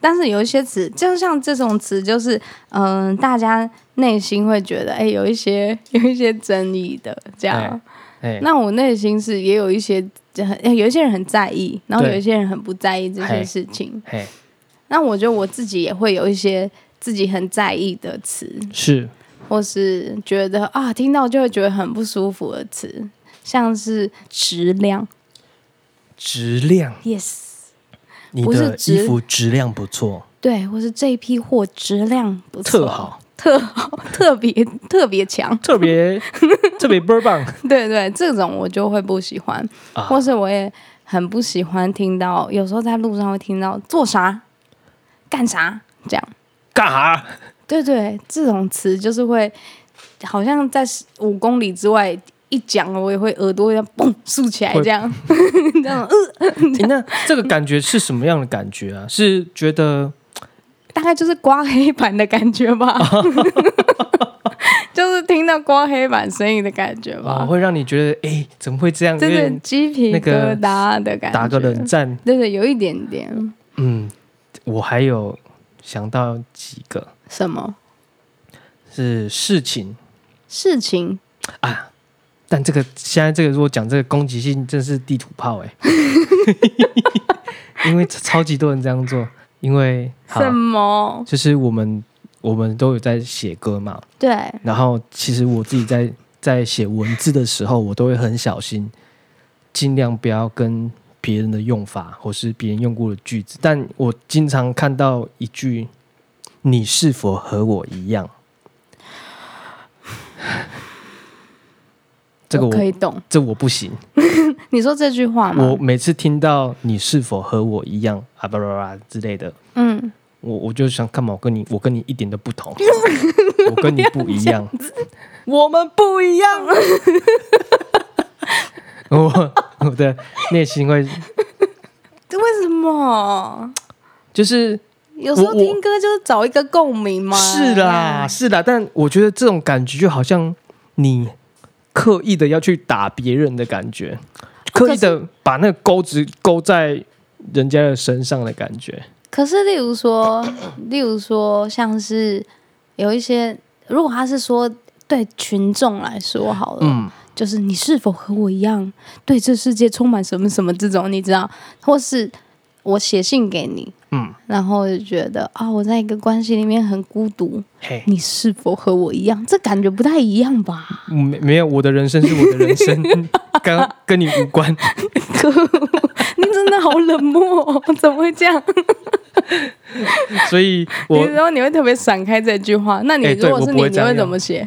[SPEAKER 1] 但是有一些词，就像这种词，就是嗯、大家内心会觉得，哎、有一些有一些争议的这样
[SPEAKER 2] 对。哎，
[SPEAKER 1] 那我内心是也有一些很，呃有一些人很在意，然后
[SPEAKER 2] 对
[SPEAKER 1] 有一些人很不在意这些
[SPEAKER 2] 嘿
[SPEAKER 1] 事情。
[SPEAKER 2] 嘿，
[SPEAKER 1] 那我觉得我自己也会有一些自己很在意的词，
[SPEAKER 2] 是
[SPEAKER 1] 或是觉得啊听到就会觉得很不舒服的词，像是质量
[SPEAKER 2] 质量。
[SPEAKER 1] ，yes，
[SPEAKER 2] 你
[SPEAKER 1] 不是
[SPEAKER 2] 的衣
[SPEAKER 1] 质
[SPEAKER 2] 服质量不错，
[SPEAKER 1] 对，或是这一批货质量不错，
[SPEAKER 2] 特 好，
[SPEAKER 1] 特好，特别特别强，
[SPEAKER 2] 特别 特别倍儿棒
[SPEAKER 1] 对对，这种我就会不喜欢，
[SPEAKER 2] 啊！
[SPEAKER 1] 或是我也很不喜欢听到，有时候在路上会听到做啥、干啥这样。
[SPEAKER 2] 干啥？
[SPEAKER 1] 对对，这种词就是会，好像在十五公里之外一讲，我也会耳朵要嘣竖起来
[SPEAKER 2] 会
[SPEAKER 1] 这样。
[SPEAKER 2] 诶那这个感觉是什么样的感觉啊？是觉得
[SPEAKER 1] 大概就是刮黑板的感觉 吧，就是听到刮黑板声音的感觉
[SPEAKER 2] 啊，
[SPEAKER 1] 吧，
[SPEAKER 2] 会让你觉得哎、诶怎么会这样？
[SPEAKER 1] 真
[SPEAKER 2] 有
[SPEAKER 1] 的
[SPEAKER 2] 点
[SPEAKER 1] 鸡皮
[SPEAKER 2] 那
[SPEAKER 1] 疙
[SPEAKER 2] 个
[SPEAKER 1] 瘩的感觉。
[SPEAKER 2] 打个冷战。
[SPEAKER 1] 对对，有一点点
[SPEAKER 2] 嗯，我还有想到几个
[SPEAKER 1] 什么
[SPEAKER 2] 是事情，啊
[SPEAKER 1] 事情，
[SPEAKER 2] 但这个现在这个如果讲这个攻击性，真是地图炮 哎、因为超级多人这样做，因为好
[SPEAKER 1] 什么
[SPEAKER 2] 就是我们我们都有在写歌嘛，
[SPEAKER 1] 对
[SPEAKER 2] 然后其实我自己在在写文字的时候，我都会很小心，尽量不要跟别人的用法或是别人用过的句子。但我经常看到一句“你是否和我一样”， 这个我
[SPEAKER 1] 嗯可以懂。
[SPEAKER 2] 这我不行。
[SPEAKER 1] 你说这句话吗？
[SPEAKER 2] 我每次听到“你是否和我一样”啊巴拉巴拉之类的，
[SPEAKER 1] 嗯，
[SPEAKER 2] 我我就想干嘛？我跟你，我跟你一点都不 同，我跟你不一样，我们不一样。我我的内心会
[SPEAKER 1] 这 为什么？
[SPEAKER 2] 就是
[SPEAKER 1] 有时候
[SPEAKER 2] 我我
[SPEAKER 1] 听歌就是找一个共鸣嘛。
[SPEAKER 2] 是啦，是啦，但我觉得这种感觉就好像你刻意的要去打别人的感觉，刻意的把那个钩子勾在人家的身上的感觉。
[SPEAKER 1] 可是，例如说，例如说，像是有一些，如果他是说对群众来说好了，
[SPEAKER 2] 嗯，
[SPEAKER 1] 就是你是否和我一样对这世界充满什么什么这种，你知道，或是我写信给你，
[SPEAKER 2] 嗯，
[SPEAKER 1] 然后就觉得啊、我在一个关系里面很孤独，
[SPEAKER 2] 嘿，
[SPEAKER 1] 你是否和我一样？这感觉不太一样吧？
[SPEAKER 2] 没没有，我的人生是我的人 生，跟跟你无关。
[SPEAKER 1] 可恶，你真的好冷漠、哦，怎么会这样？
[SPEAKER 2] 所以
[SPEAKER 1] 你
[SPEAKER 2] 我
[SPEAKER 1] 知道你会特别闪开这句话，那你
[SPEAKER 2] 哎
[SPEAKER 1] 如
[SPEAKER 2] 对
[SPEAKER 1] 果
[SPEAKER 2] 我
[SPEAKER 1] 是
[SPEAKER 2] 不
[SPEAKER 1] 你，
[SPEAKER 2] 会
[SPEAKER 1] 你
[SPEAKER 2] 这样
[SPEAKER 1] 会怎么写？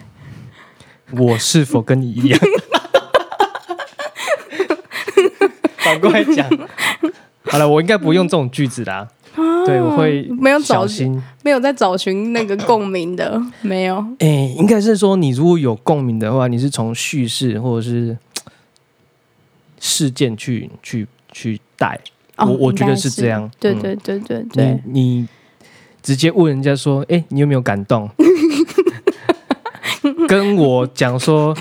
[SPEAKER 2] 我是否跟你 一样？反过来 讲，好了，我应该不用这种句子啦。对，我会
[SPEAKER 1] 啊没有找
[SPEAKER 2] 小心。
[SPEAKER 1] 没有在找寻那个共鸣的，没有。
[SPEAKER 2] 哎、应该是说，你如果有共鸣的话，你是从叙事或者是事件去去去带。
[SPEAKER 1] 哦
[SPEAKER 2] 我我觉得
[SPEAKER 1] 应该
[SPEAKER 2] 是
[SPEAKER 1] 是
[SPEAKER 2] 这样
[SPEAKER 1] 对
[SPEAKER 2] 嗯
[SPEAKER 1] 对对对对，
[SPEAKER 2] 你你直接问人家说：“哎、你有没有感动？” 跟我讲说：“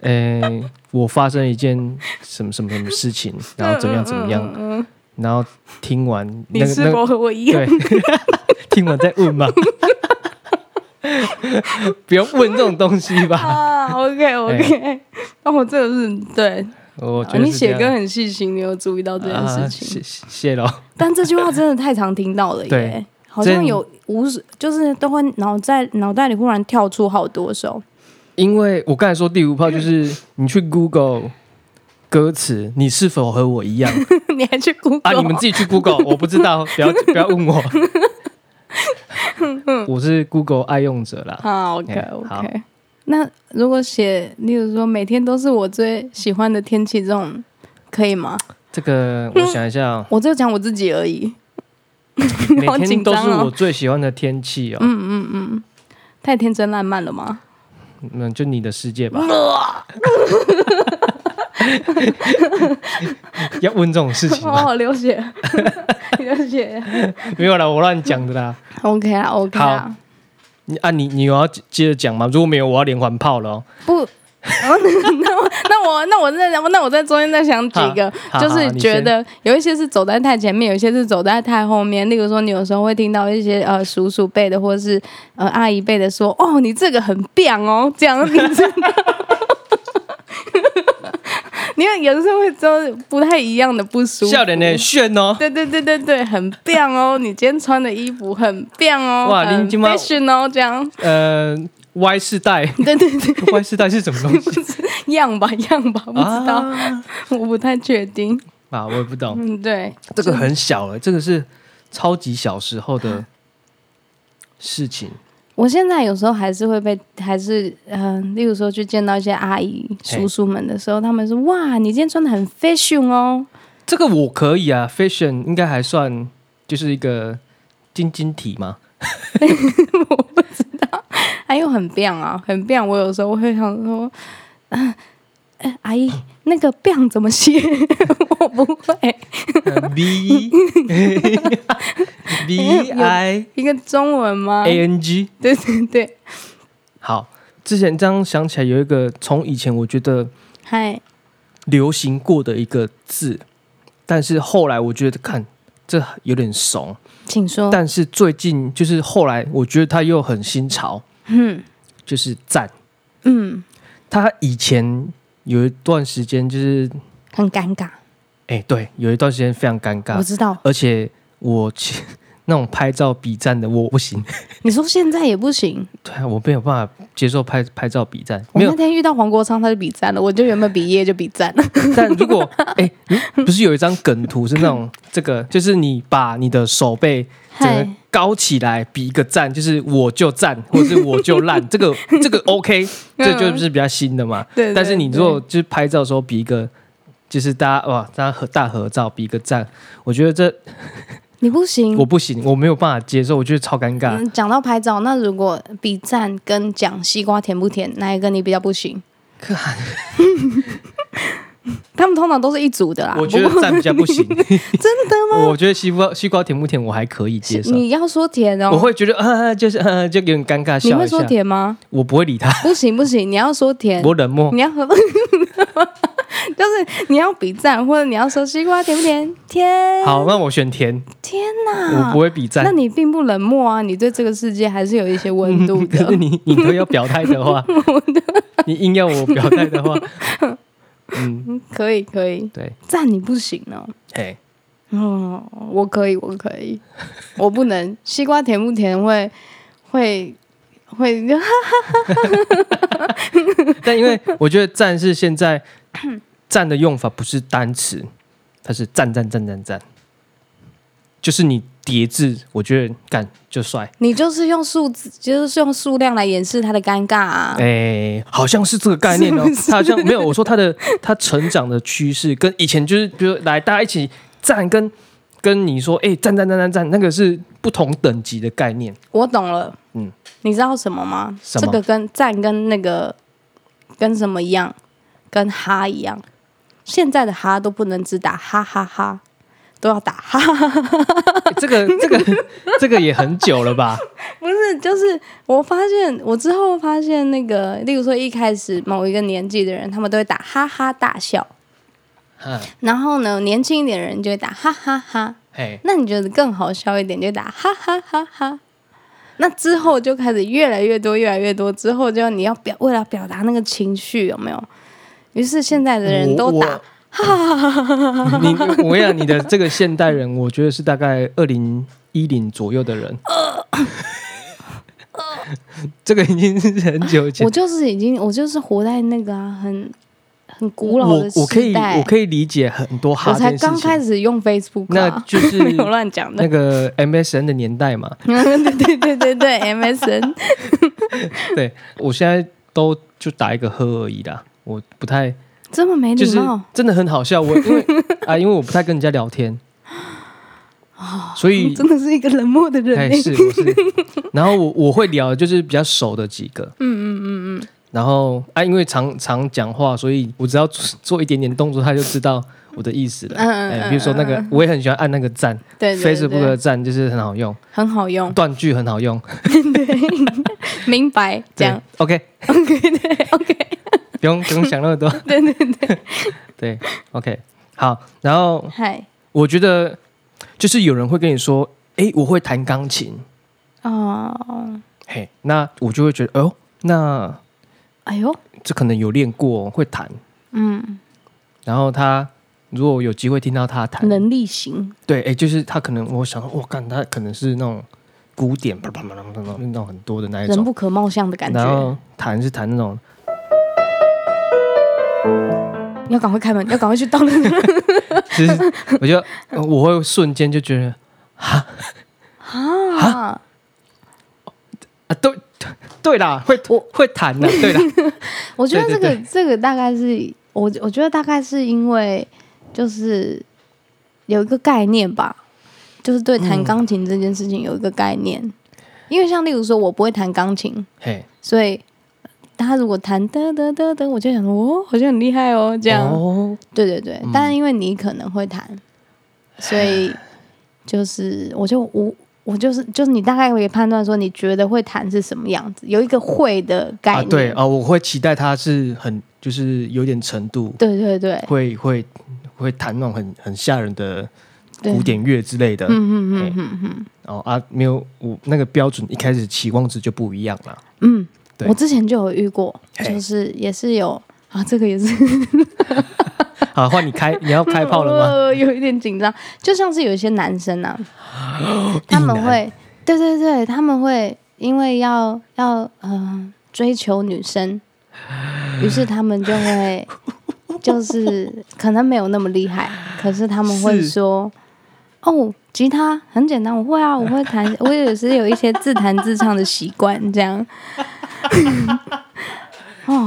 [SPEAKER 2] 哎、我发生一件什么什么什么事情，然后怎么样怎么
[SPEAKER 1] 嗯
[SPEAKER 2] 样。然后听完
[SPEAKER 1] 你
[SPEAKER 2] 那个那
[SPEAKER 1] 是
[SPEAKER 2] 个
[SPEAKER 1] 否和我一样？
[SPEAKER 2] 对， 听完再问嘛， 不要问这种东西吧。
[SPEAKER 1] 啊，OK OK，那我这个是对，
[SPEAKER 2] 我
[SPEAKER 1] 啊
[SPEAKER 2] 觉得
[SPEAKER 1] 你
[SPEAKER 2] 是这
[SPEAKER 1] 写
[SPEAKER 2] 样
[SPEAKER 1] 歌很细心，你有注意到这件
[SPEAKER 2] 啊
[SPEAKER 1] 事
[SPEAKER 2] 谢
[SPEAKER 1] 情。
[SPEAKER 2] 谢谢喽。
[SPEAKER 1] 但这句话真的太常听到了耶
[SPEAKER 2] 对，
[SPEAKER 1] 好像
[SPEAKER 2] 这
[SPEAKER 1] 有无数，就是都会脑在脑袋里忽然跳出好多首。
[SPEAKER 2] 因为我刚才说第五炮就是你去 Google 歌词，你是否和我一样
[SPEAKER 1] 你还去 Google？
[SPEAKER 2] 啊？你们自己去 Google，我不知道，不要不要问我。
[SPEAKER 1] 嗯
[SPEAKER 2] 我是 Google 爱用者啦。
[SPEAKER 1] 啊，OK
[SPEAKER 2] 好
[SPEAKER 1] OK。那如果写，例如说每天都是我最喜欢的天气，这种可以吗？
[SPEAKER 2] 这个我想一下、哦，
[SPEAKER 1] 我就讲我自己而已，
[SPEAKER 2] 每
[SPEAKER 1] 好紧
[SPEAKER 2] 天都
[SPEAKER 1] 张
[SPEAKER 2] 是
[SPEAKER 1] 哦
[SPEAKER 2] 我最喜欢的天气哦。嗯，
[SPEAKER 1] 太天真烂漫了吗？
[SPEAKER 2] 那就你的世界
[SPEAKER 1] 嗯
[SPEAKER 2] 吧。 要问这种事情
[SPEAKER 1] 我
[SPEAKER 2] 吗？
[SPEAKER 1] 好哦流血，流血。
[SPEAKER 2] 没有啦，我乱讲的啦。
[SPEAKER 1] OK 啊，OK 啊，
[SPEAKER 2] 你啊，你你有要接着讲吗？如果没有，我要连环炮了、哦。
[SPEAKER 1] 不。 那我那我那我再那我在中间再想几个，
[SPEAKER 2] 好
[SPEAKER 1] 就
[SPEAKER 2] 好
[SPEAKER 1] 是
[SPEAKER 2] 你
[SPEAKER 1] 觉
[SPEAKER 2] 先
[SPEAKER 1] 得有一些是走在太前面，有一些是走在太后面。例如说，你有时候会听到一些呃叔叔辈的，或是呃阿姨辈的说：“哦，你这个很棒哦。”这样你知道， 因为有时候会都不太一样的不舒服。
[SPEAKER 2] 笑脸的炫哦，
[SPEAKER 1] 对对对对对，很棒哦！你今天穿的衣服很棒哦，
[SPEAKER 2] 哇
[SPEAKER 1] 很
[SPEAKER 2] 你今晚
[SPEAKER 1] fashion 哦，这样，
[SPEAKER 2] 呃，Y 世代
[SPEAKER 1] 对对对，
[SPEAKER 2] ，Y 世代是什么 东西？
[SPEAKER 1] 样吧样吧，不知道，
[SPEAKER 2] 啊
[SPEAKER 1] 我不太确定。
[SPEAKER 2] 啊，我也不懂，
[SPEAKER 1] 嗯，对，
[SPEAKER 2] 这个很小了，这个是超级小时候的事情。
[SPEAKER 1] 我现在有时候还是会被，还是嗯、呃例如说去见到一些阿姨
[SPEAKER 2] 嘿
[SPEAKER 1] 叔叔们的时候，他们说：“哇，你今天穿的很 fashion 哦。
[SPEAKER 2] 这个我可以啊，fashion 应该还算就是一个晶晶体嘛。”
[SPEAKER 1] 哎呦，很棒啊，很棒！我有时候会想说，啊呃阿姨，那个棒怎么写？ 我不会。
[SPEAKER 2] 呃 V V I
[SPEAKER 1] 一个中文吗？
[SPEAKER 2] A N G。
[SPEAKER 1] 对对对，
[SPEAKER 2] 好，之前这样想起来有一个从以前我觉得
[SPEAKER 1] 嗨，
[SPEAKER 2] 流行过的一个字，但是后来我觉得看这有点怂，
[SPEAKER 1] 请说。
[SPEAKER 2] 但是最近就是后来我觉得它又很新潮，
[SPEAKER 1] 嗯
[SPEAKER 2] 就是赞。
[SPEAKER 1] 嗯，
[SPEAKER 2] 它以前有一段时间就是，
[SPEAKER 1] 很尴尬，
[SPEAKER 2] 哎、对，有一段时间非常尴
[SPEAKER 1] 我
[SPEAKER 2] 尬，
[SPEAKER 1] 知道。
[SPEAKER 2] 而且我去 那种拍照比赞的我不行，
[SPEAKER 1] 你说现在也不行。
[SPEAKER 2] 对啊我没有办法接受拍拍照比赞，
[SPEAKER 1] 我
[SPEAKER 2] 没
[SPEAKER 1] 那
[SPEAKER 2] 有。
[SPEAKER 1] 天遇到黄国昌，他就比赞了，我就原本比耶就比赞了。
[SPEAKER 2] 但如果哎、你不是有一张梗图是那种 这个，就是你把你的手背整个
[SPEAKER 1] 嗨，
[SPEAKER 2] 高起来比一个赞，就是我就赞，或者是我就 烂，这个这个 OK，这
[SPEAKER 1] 嗯
[SPEAKER 2] 就是比较新的嘛。
[SPEAKER 1] 对对
[SPEAKER 2] 但是你如果就是拍照的时候比一个，就是大家哇，大家合大合照比一个赞，我觉得这
[SPEAKER 1] 你不行
[SPEAKER 2] 我。不行，我没有办法接受，我觉得超尴尬。
[SPEAKER 1] 嗯嗯，讲到拍照，那如果比赞跟讲西瓜甜不甜，哪一个你比较不行？ 他们通常都是一组的啦。
[SPEAKER 2] 我觉
[SPEAKER 1] 不过
[SPEAKER 2] 得赞比较 不行，真的 吗？我觉得西瓜西瓜甜不甜我还可以接受，
[SPEAKER 1] 你要说甜
[SPEAKER 2] 啊我
[SPEAKER 1] 哦，
[SPEAKER 2] 会觉得啊，就是啊，就有点尴尬
[SPEAKER 1] 你
[SPEAKER 2] 笑
[SPEAKER 1] 会
[SPEAKER 2] 一
[SPEAKER 1] 说
[SPEAKER 2] 下，
[SPEAKER 1] 甜吗？
[SPEAKER 2] 我不会理他，
[SPEAKER 1] 不行不行，你要说甜，
[SPEAKER 2] 我冷漠。
[SPEAKER 1] 你要喝，就是你要比赞，或者你要说西瓜甜不甜？甜。
[SPEAKER 2] 好，那我选甜，
[SPEAKER 1] 天
[SPEAKER 2] 我
[SPEAKER 1] 哪
[SPEAKER 2] 不！会比
[SPEAKER 1] 嗯
[SPEAKER 2] 赞
[SPEAKER 1] 啊 那。你并不冷漠啊，你对这个世界还是有一些温度
[SPEAKER 2] 嗯可是
[SPEAKER 1] 的。
[SPEAKER 2] 你你都要表态 的话，你硬要我表态的话， 嗯，
[SPEAKER 1] 嗯，可以可以，
[SPEAKER 2] 对，
[SPEAKER 1] 赞你不行哦。
[SPEAKER 2] 哎，
[SPEAKER 1] 哦，我可以，我可以， 我不能。西瓜甜不甜会会会，
[SPEAKER 2] 但因为我觉得赞是 现在赞的用法不是单词，它是赞赞赞赞赞，就是你叠字，我觉得干就帅，
[SPEAKER 1] 你就是用数字，就是用数量来掩饰他的尴尬啊。
[SPEAKER 2] 哎，好像是这个概念哦
[SPEAKER 1] 是不，是
[SPEAKER 2] 它好像没有，我说它的它成长的趋势跟以前就是，比如来大家一起赞跟。跟你说，哎、赞赞赞赞赞，那个是不同等级的概念。
[SPEAKER 1] 我懂了，
[SPEAKER 2] 嗯
[SPEAKER 1] 嗯，你知道什么吗？
[SPEAKER 2] 什么
[SPEAKER 1] 这个跟赞跟那个跟什么一样，跟哈一样。现在的哈都不能只打哈哈哈都要打哈哈哈哈。
[SPEAKER 2] 欸这个这个这个也很久了吧？
[SPEAKER 1] 不是，就是我发现，我之后发现那个，例如说一开始某一个年纪的人，他们都会打哈哈大笑，
[SPEAKER 2] 嗯，
[SPEAKER 1] 然后呢，年轻一点的人就会打哈哈哈。
[SPEAKER 2] 嘿，
[SPEAKER 1] 那你觉得更好笑一点，就打哈哈哈哈。那之后就开始越来越多，越来越多。之后就你要表为了表达那个情绪，有没有？于是现在的人都打
[SPEAKER 2] 我我 你我跟你讲，你的这个现代人，我觉得是大概二零一零左右的人。 这个已经是很久以前
[SPEAKER 1] 我，就是已经，我就是活在那个啊，很很古老
[SPEAKER 2] 我
[SPEAKER 1] 的
[SPEAKER 2] 我可
[SPEAKER 1] 时
[SPEAKER 2] 以
[SPEAKER 1] 代。
[SPEAKER 2] 我可以理解很多哈
[SPEAKER 1] 我才
[SPEAKER 2] 这件
[SPEAKER 1] 刚
[SPEAKER 2] 事
[SPEAKER 1] 开
[SPEAKER 2] 情，
[SPEAKER 1] 始用 Facebook，、
[SPEAKER 2] 那
[SPEAKER 1] 啊、
[SPEAKER 2] 就 是
[SPEAKER 1] 没有乱讲
[SPEAKER 2] 那
[SPEAKER 1] 的。
[SPEAKER 2] 个 MSN 的年代嘛。
[SPEAKER 1] 对对对对对，MSN
[SPEAKER 2] 对我现在都就打一个呵而已啦，我不太
[SPEAKER 1] 这么哎没
[SPEAKER 2] 就是
[SPEAKER 1] 礼貌，
[SPEAKER 2] 真的很好笑。我因为啊，因为我不太跟人家聊 天，所以
[SPEAKER 1] 真的是一个冷漠的人
[SPEAKER 2] 哎、
[SPEAKER 1] 类。
[SPEAKER 2] 是我是，然后我我会聊就是比较熟的几个，嗯嗯嗯嗯，然后啊，因为常常讲话，所以我只要做做一点点动作，他就知道我的意思了。
[SPEAKER 1] 嗯嗯
[SPEAKER 2] 哎、
[SPEAKER 1] 嗯
[SPEAKER 2] 比如说那个，我也很喜欢按那个赞
[SPEAKER 1] 对对对哦
[SPEAKER 2] ，Facebook 的赞就是很好用，
[SPEAKER 1] 很好用，
[SPEAKER 2] 断句很好用，
[SPEAKER 1] 明白这
[SPEAKER 2] 对
[SPEAKER 1] 样。
[SPEAKER 2] OK OK 对 OK，不用不用想那么多，对 对对对 OK 好，然后
[SPEAKER 1] 嗨，
[SPEAKER 2] 我觉得就是有人会跟你说，哎，我会弹钢琴，
[SPEAKER 1] 哦，
[SPEAKER 2] 嘿，那我就会觉得，哦，那
[SPEAKER 1] 哎呦，
[SPEAKER 2] 这可能有练过，会弹。
[SPEAKER 1] 嗯，
[SPEAKER 2] 然后他如果有机会听到他弹，
[SPEAKER 1] 能力型，
[SPEAKER 2] 对，哎，就是他可能，我想，我看他可能是那种古典，啪啪啪啪啪啪那种很多的那一
[SPEAKER 1] 人
[SPEAKER 2] 种，
[SPEAKER 1] 不可貌相的感
[SPEAKER 2] 然
[SPEAKER 1] 觉。
[SPEAKER 2] 后弹是弹那种，
[SPEAKER 1] 要赶快开门，要赶快去到那个
[SPEAKER 2] 其实我就我会瞬间就觉得
[SPEAKER 1] 啊！
[SPEAKER 2] 啊，对对啦，会
[SPEAKER 1] 我
[SPEAKER 2] 会 弹的，对啦，
[SPEAKER 1] 我觉得
[SPEAKER 2] 对
[SPEAKER 1] 这
[SPEAKER 2] 对
[SPEAKER 1] 个这个大概是我我觉得大概是因为就是有一个概念吧，就是对弹钢琴这件事情有一个概念。因为像例如说，我不会弹钢琴，
[SPEAKER 2] 嘿，
[SPEAKER 1] 所以他如果弹得得得得，我就想说，哦，好像很厉害哦，这样。
[SPEAKER 2] 哦，
[SPEAKER 1] 对对对，但是因为你可能会弹，所以就是我就无我就是就是你大概可以判断说你觉得会弹是什么样子，有一个会的概
[SPEAKER 2] 啊，
[SPEAKER 1] 念。
[SPEAKER 2] 对啊，我会期待他是很就是有点程度，
[SPEAKER 1] 对对对
[SPEAKER 2] 会会会弹那种很很吓人的
[SPEAKER 1] 对
[SPEAKER 2] 古典乐之类的，嗯嗯嗯嗯嗯，哦啊，没有我那个标准一开始期望值就不一样了，
[SPEAKER 1] 嗯
[SPEAKER 2] 对，
[SPEAKER 1] 我之前就有遇过，
[SPEAKER 2] 嘿
[SPEAKER 1] 就是也是有啊，这个也是
[SPEAKER 2] 好，换你开，你要开炮了吗？
[SPEAKER 1] 呃，有一点紧张，就像是有一些男生啊， 他们
[SPEAKER 2] 硬男
[SPEAKER 1] 会，对对对，他们会因为要要嗯、呃追求女生， 于是他们就会就是可能没有那么厉 害，可是他们会
[SPEAKER 2] 是
[SPEAKER 1] 说哦，吉他很简单，我会 啊，我会弹，我也是有一些自弹自唱的习惯，这样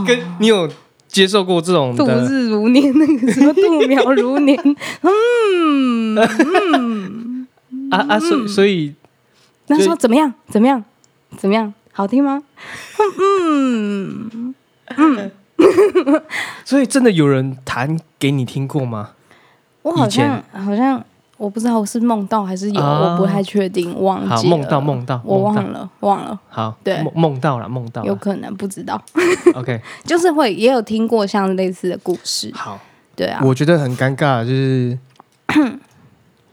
[SPEAKER 2] 跟你有接受过这种
[SPEAKER 1] 度
[SPEAKER 2] 的？
[SPEAKER 1] 日如年，那个什么度秒如 年，嗯，
[SPEAKER 2] 啊啊，所以所以
[SPEAKER 1] 那
[SPEAKER 2] 所以
[SPEAKER 1] 说怎么样？怎么样？怎么样？好听吗？嗯，
[SPEAKER 2] 所以真的有人弹给你听过吗？
[SPEAKER 1] 我
[SPEAKER 2] 以
[SPEAKER 1] 好像
[SPEAKER 2] 前
[SPEAKER 1] 好像我不知道我是梦到还是有，
[SPEAKER 2] 啊
[SPEAKER 1] 我不太确定，忘
[SPEAKER 2] 好
[SPEAKER 1] 记了。
[SPEAKER 2] 梦到梦到
[SPEAKER 1] 我
[SPEAKER 2] 梦
[SPEAKER 1] 忘
[SPEAKER 2] 到
[SPEAKER 1] 了，忘了，
[SPEAKER 2] 好，
[SPEAKER 1] 对
[SPEAKER 2] 梦梦到了，梦到
[SPEAKER 1] 有
[SPEAKER 2] 了
[SPEAKER 1] 可能不知道，
[SPEAKER 2] ，OK，
[SPEAKER 1] 就是会也有听过像类似的故事，
[SPEAKER 2] 好，
[SPEAKER 1] 对啊，
[SPEAKER 2] 我觉得很尴尬，就是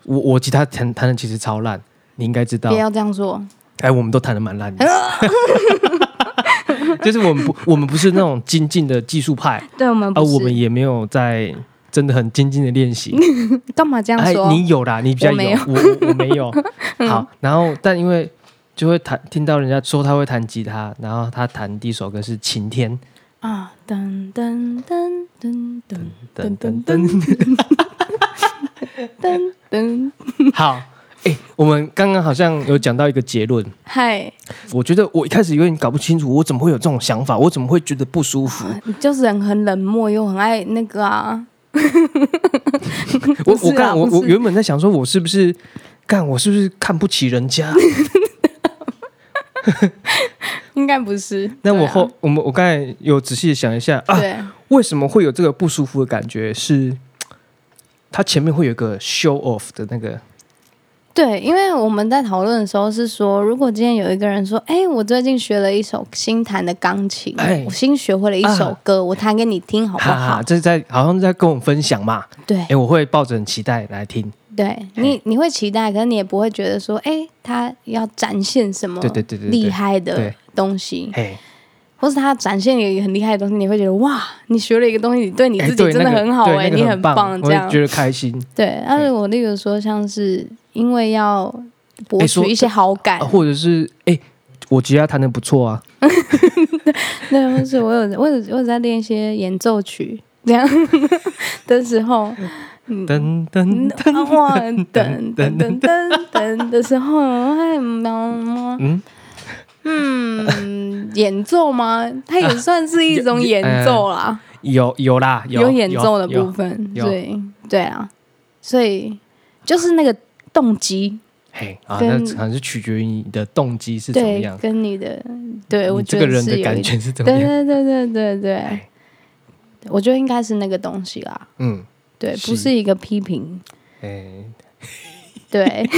[SPEAKER 2] 我我吉他弹弹的其实超烂，你应该知道
[SPEAKER 1] 不。要这样说。
[SPEAKER 2] 哎，我们都弹的蛮烂的，就是我们不我们不是那种精进的技 术派，
[SPEAKER 1] 对我们
[SPEAKER 2] 而
[SPEAKER 1] 不是，
[SPEAKER 2] 啊我们也没有在真的很精进的练习。
[SPEAKER 1] 干嘛这样
[SPEAKER 2] 哎
[SPEAKER 1] 说？，
[SPEAKER 2] 你有啦，你比较
[SPEAKER 1] 我没嗯
[SPEAKER 2] 有，我我我没 有。好，然后但因为就会弹，听到人家说他会弹吉他，然后他弹第一首歌是《晴天》，
[SPEAKER 1] 啊，噔噔噔噔噔
[SPEAKER 2] 噔
[SPEAKER 1] 噔
[SPEAKER 2] 噔
[SPEAKER 1] 噔
[SPEAKER 2] 噔。
[SPEAKER 1] 噔噔，
[SPEAKER 2] 好，哎、我们刚刚好像有讲到一个结论，
[SPEAKER 1] 嗨，
[SPEAKER 2] 我觉得我一开始有点搞不清楚，我怎么会有这种想法，我怎么会觉得不舒服？
[SPEAKER 1] 你就是人很冷漠又很爱那个啊，
[SPEAKER 2] 我
[SPEAKER 1] 不
[SPEAKER 2] 我
[SPEAKER 1] 是啊
[SPEAKER 2] 干我
[SPEAKER 1] 不
[SPEAKER 2] 我
[SPEAKER 1] 是
[SPEAKER 2] 原本在想说，我是不是干我是不是看不起人家？
[SPEAKER 1] 应该不是。
[SPEAKER 2] 那我
[SPEAKER 1] 对啊
[SPEAKER 2] 后、我们我刚才有仔细想一下啊，
[SPEAKER 1] 对
[SPEAKER 2] 为什么会有这个不舒服的感觉？是它前面会有一个 show off 的那个，
[SPEAKER 1] 对，因为我们在讨论的时候是说，如果今天有一个人说：“哎，我最近学了一首新弹的钢琴
[SPEAKER 2] 哎，啊
[SPEAKER 1] 我新学会了一首歌，我弹给你听好不
[SPEAKER 2] 哈哈，
[SPEAKER 1] 好
[SPEAKER 2] 这是在好像是在跟我们分享嘛。？”
[SPEAKER 1] 对
[SPEAKER 2] 哎，我会抱着很期待来听。
[SPEAKER 1] 对，你你会期待，可是你也不会觉得说：“哎，他要展现什么
[SPEAKER 2] 对对对对对
[SPEAKER 1] 厉害的
[SPEAKER 2] 对哎
[SPEAKER 1] 东西，
[SPEAKER 2] 嘿，
[SPEAKER 1] 或是他展现一个很厉害的东西，你会觉得哇，你学了一个东西，你对你
[SPEAKER 2] 哎
[SPEAKER 1] 自己
[SPEAKER 2] 对
[SPEAKER 1] 真的
[SPEAKER 2] 那个
[SPEAKER 1] 很好
[SPEAKER 2] 对
[SPEAKER 1] 哎，
[SPEAKER 2] 那个
[SPEAKER 1] 你
[SPEAKER 2] 很
[SPEAKER 1] 棒，
[SPEAKER 2] 我
[SPEAKER 1] 这样
[SPEAKER 2] 会觉得开心。
[SPEAKER 1] 对。但是我例如说，像是因为要博
[SPEAKER 2] 哎说
[SPEAKER 1] 取一些好感
[SPEAKER 2] 啊，或者是哎、我吉他弹的不错啊，
[SPEAKER 1] 对，不是我有我有我有在练一些演奏曲这样的时候，
[SPEAKER 2] 噔噔
[SPEAKER 1] 嗯，哇， 等等等等等的时候，哎，嗯
[SPEAKER 2] 嗯，
[SPEAKER 1] 嗯，演奏吗？它
[SPEAKER 2] 啊
[SPEAKER 1] 也算是一种演奏啦，
[SPEAKER 2] 有有啦，呃有
[SPEAKER 1] 演奏的部
[SPEAKER 2] 有
[SPEAKER 1] 分，
[SPEAKER 2] 有
[SPEAKER 1] 对对啊，所以就是那个动机，
[SPEAKER 2] 嘿啊，
[SPEAKER 1] 跟
[SPEAKER 2] 那可能是取决于你的动机是怎么
[SPEAKER 1] 对
[SPEAKER 2] 样，，嗯
[SPEAKER 1] 跟你的，对我
[SPEAKER 2] 你这
[SPEAKER 1] 觉
[SPEAKER 2] 个
[SPEAKER 1] 得
[SPEAKER 2] 人
[SPEAKER 1] 是
[SPEAKER 2] 的
[SPEAKER 1] 有
[SPEAKER 2] 感
[SPEAKER 1] 一点，
[SPEAKER 2] 觉是怎么
[SPEAKER 1] 对
[SPEAKER 2] 样？
[SPEAKER 1] 对对对对对
[SPEAKER 2] 哎，
[SPEAKER 1] 我觉得应该是那个东西啦，
[SPEAKER 2] 嗯，
[SPEAKER 1] 对，
[SPEAKER 2] 是
[SPEAKER 1] 不是一个批评。
[SPEAKER 2] 哎，
[SPEAKER 1] 对，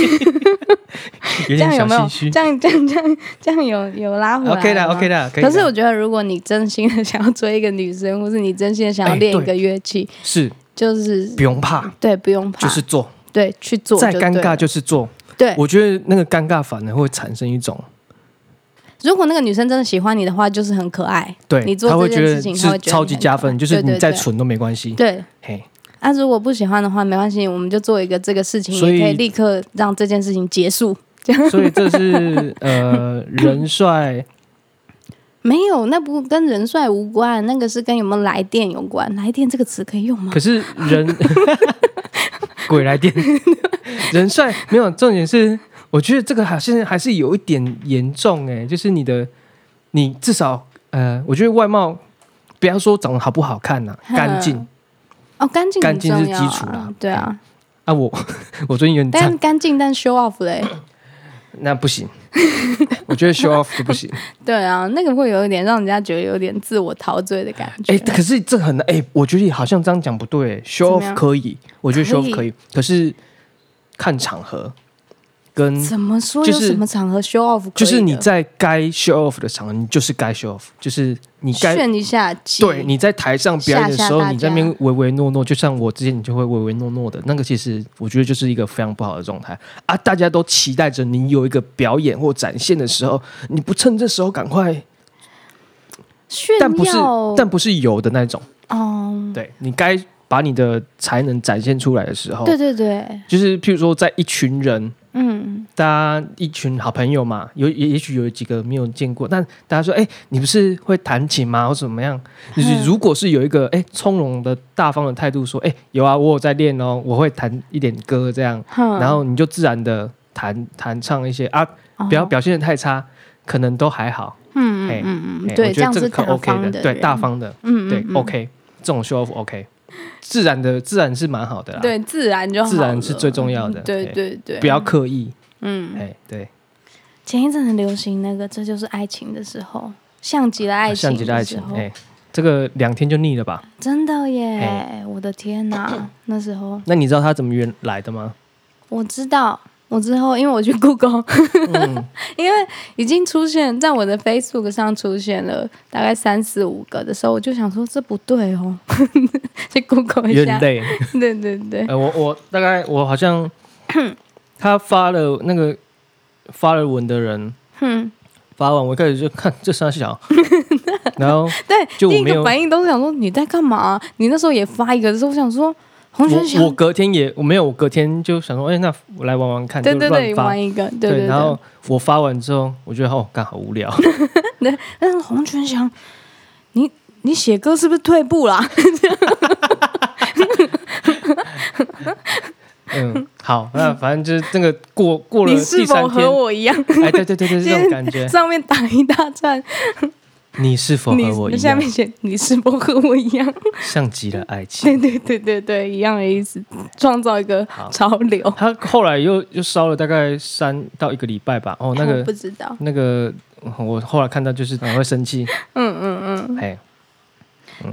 [SPEAKER 2] 有
[SPEAKER 1] 这
[SPEAKER 2] 点
[SPEAKER 1] 样有
[SPEAKER 2] 小
[SPEAKER 1] 没有
[SPEAKER 2] 心？虚
[SPEAKER 1] 这。样这样这样这样有有拉回来
[SPEAKER 2] OK
[SPEAKER 1] 了
[SPEAKER 2] 啦
[SPEAKER 1] 吗
[SPEAKER 2] ，OK 啦，可以啦。
[SPEAKER 1] 可是我觉得，如果你真心的想要追一个女生，或是你真心的想要
[SPEAKER 2] 哎
[SPEAKER 1] 练一
[SPEAKER 2] 对
[SPEAKER 1] 个乐器，
[SPEAKER 2] 是
[SPEAKER 1] 就是
[SPEAKER 2] 不用怕，
[SPEAKER 1] 对，不用怕，
[SPEAKER 2] 就是做，
[SPEAKER 1] 对去做就
[SPEAKER 2] 再
[SPEAKER 1] 对了，哎
[SPEAKER 2] 尴尬就是做。
[SPEAKER 1] 对。
[SPEAKER 2] 我觉得那个尴尬反而会产生一种，
[SPEAKER 1] 如果那个女生真的喜欢你的话，就是很可爱，
[SPEAKER 2] 对，
[SPEAKER 1] 你做
[SPEAKER 2] 他会
[SPEAKER 1] 这
[SPEAKER 2] 觉
[SPEAKER 1] 件
[SPEAKER 2] 得
[SPEAKER 1] 事情他
[SPEAKER 2] 是
[SPEAKER 1] 会觉得
[SPEAKER 2] 超级
[SPEAKER 1] 很
[SPEAKER 2] 加
[SPEAKER 1] 可爱
[SPEAKER 2] 分，就是
[SPEAKER 1] 对对
[SPEAKER 2] 你再
[SPEAKER 1] 对
[SPEAKER 2] 蠢都没关系。
[SPEAKER 1] 对。
[SPEAKER 2] 嘿，
[SPEAKER 1] 那、如果不喜欢的话，没关系，我们就做一个这个事情，
[SPEAKER 2] 所以
[SPEAKER 1] 也可以立刻让这件事情结束。
[SPEAKER 2] 所以这是呃人帅
[SPEAKER 1] 没有，那不跟人帅无关，那个是跟有没有来电有关。来电这个词可以用吗
[SPEAKER 2] 可？是人 鬼来电， 人帅没有重点是，我觉得这个还是还是有一点严重哎、就是你的你至少呃，我觉得外貌不要说长得好不好看呐、
[SPEAKER 1] 嗯
[SPEAKER 2] 干净
[SPEAKER 1] 哦，干净
[SPEAKER 2] 干
[SPEAKER 1] 很
[SPEAKER 2] 净是
[SPEAKER 1] 重要
[SPEAKER 2] 基
[SPEAKER 1] 啊
[SPEAKER 2] 础啦
[SPEAKER 1] 对啊。
[SPEAKER 2] 啊，我 我最近有点
[SPEAKER 1] 但
[SPEAKER 2] 脏，
[SPEAKER 1] 干净但 show off 嘞、
[SPEAKER 2] 那 不行，我觉得 show off 就不行。
[SPEAKER 1] 对啊，那个会有一点让人家觉得有点自我陶醉的感觉。
[SPEAKER 2] 哎、可是这很难哎、我觉得好像这样讲不对欸、
[SPEAKER 1] 怎
[SPEAKER 2] ，show
[SPEAKER 1] 么
[SPEAKER 2] off
[SPEAKER 1] 样
[SPEAKER 2] 可以，我觉得 show
[SPEAKER 1] 可
[SPEAKER 2] off
[SPEAKER 1] 以
[SPEAKER 2] 可以，可是看场合跟
[SPEAKER 1] 怎么说？
[SPEAKER 2] 就
[SPEAKER 1] 有
[SPEAKER 2] 是
[SPEAKER 1] 什么场合 show off？
[SPEAKER 2] 就是你
[SPEAKER 1] 再
[SPEAKER 2] 在该 show off 的场合，你就是该 show off，就是你该
[SPEAKER 1] 炫一下技，
[SPEAKER 2] 对你在台上表演的时候，
[SPEAKER 1] 吓吓大家
[SPEAKER 2] 你在那边唯唯诺诺，就像我之前你就会唯唯诺诺的那个，其实我觉得就是一个非常不好的状态啊！大家都期待着你有一个表演或展现的时候，你不趁这时候赶快，
[SPEAKER 1] 炫
[SPEAKER 2] 但不是
[SPEAKER 1] 耀，
[SPEAKER 2] 但不是有的那种，
[SPEAKER 1] 哦，
[SPEAKER 2] 对你该把你的才能展现出来的时候，
[SPEAKER 1] 对对对，
[SPEAKER 2] 就是譬如说在一群人，
[SPEAKER 1] 嗯，
[SPEAKER 2] 大家一群好朋友嘛，有也也许有几个没有见过，但大家说，哎、你不是会弹琴吗？或怎么样？
[SPEAKER 1] 嗯
[SPEAKER 2] 就是如果是有一个哎从容的、大方的态度，说，哎、有啊，我有在练哦，我会弹一点歌这样，
[SPEAKER 1] 哼
[SPEAKER 2] 然后你就自然的弹弹唱一些啊，不要
[SPEAKER 1] 嗯哦
[SPEAKER 2] 表现的太差，可能都还好。
[SPEAKER 1] 嗯
[SPEAKER 2] 哎
[SPEAKER 1] 嗯嗯
[SPEAKER 2] 哎
[SPEAKER 1] 嗯，对，
[SPEAKER 2] 我
[SPEAKER 1] 这
[SPEAKER 2] 觉
[SPEAKER 1] 样
[SPEAKER 2] 得这
[SPEAKER 1] 是
[SPEAKER 2] 个可
[SPEAKER 1] 大
[SPEAKER 2] OK
[SPEAKER 1] 方
[SPEAKER 2] 的，
[SPEAKER 1] 的，
[SPEAKER 2] 对，大，方的，
[SPEAKER 1] 嗯嗯
[SPEAKER 2] 对
[SPEAKER 1] 嗯
[SPEAKER 2] OK，这种 show off OK，自然的自然是蛮好的啦，，
[SPEAKER 1] 对，自然就好
[SPEAKER 2] 自然是
[SPEAKER 1] 了
[SPEAKER 2] 最重要的，
[SPEAKER 1] 对
[SPEAKER 2] 哎，
[SPEAKER 1] 对对，
[SPEAKER 2] 不要刻意，
[SPEAKER 1] 嗯，
[SPEAKER 2] 哎，对。
[SPEAKER 1] 前一阵很流行那个，这就是爱情的时候，像极了爱情，
[SPEAKER 2] 啊像极了爱情，哎、，这个两天就腻了吧？
[SPEAKER 1] 真的耶
[SPEAKER 2] 哎！
[SPEAKER 1] 我的天哪，那时候
[SPEAKER 2] 那你知道他怎么原来的吗？
[SPEAKER 1] 我知道，我之后因为 我去 Google，
[SPEAKER 2] 嗯，
[SPEAKER 1] 因为已经出现在我的 Facebook 上出现了大概三四五个的时候，我就想说这不对哦， 去 Google
[SPEAKER 2] 有
[SPEAKER 1] 一
[SPEAKER 2] 点
[SPEAKER 1] 下。
[SPEAKER 2] 累。
[SPEAKER 1] 对对对，
[SPEAKER 2] 呃，我我大概我好 像他发了那个发了文的人
[SPEAKER 1] 嗯，
[SPEAKER 2] 发完，我一开始就看这三 小，然后
[SPEAKER 1] 对，
[SPEAKER 2] 就我
[SPEAKER 1] 第一
[SPEAKER 2] 没有
[SPEAKER 1] 个反应都是想说你在干嘛、你那时候也发一个的时候，我想说洪轩
[SPEAKER 2] 我我
[SPEAKER 1] 想，
[SPEAKER 2] 隔天也我没有，我隔天就想说，哎、那我来玩玩看，
[SPEAKER 1] 对对
[SPEAKER 2] 就乱
[SPEAKER 1] 对，
[SPEAKER 2] 发。
[SPEAKER 1] 玩一个，对对
[SPEAKER 2] 然后我发完之后，我觉得哦，干好无 聊，
[SPEAKER 1] 但是洪泉祥，你你写歌是不是退步啦？
[SPEAKER 2] 嗯，好，那反正就是这个过过了
[SPEAKER 1] 你
[SPEAKER 2] 第
[SPEAKER 1] 是否
[SPEAKER 2] 三
[SPEAKER 1] 和
[SPEAKER 2] 天，
[SPEAKER 1] 我一样？
[SPEAKER 2] 哎，对对 对对，这种感觉，
[SPEAKER 1] 上面打一大串，
[SPEAKER 2] 你是否和我
[SPEAKER 1] 你
[SPEAKER 2] 一
[SPEAKER 1] 下
[SPEAKER 2] 样
[SPEAKER 1] 面写你是否和我一样？
[SPEAKER 2] 像极了爱情？
[SPEAKER 1] 对对对对对，一样的意思，创造一个
[SPEAKER 2] 好
[SPEAKER 1] 潮 流。
[SPEAKER 2] 他后来又又烧了大概三到一个礼拜吧，哦，那
[SPEAKER 1] 我
[SPEAKER 2] 个
[SPEAKER 1] 不知道，
[SPEAKER 2] 那个，我后来看到就是很会生气，
[SPEAKER 1] 嗯嗯嗯，
[SPEAKER 2] 哎，嗯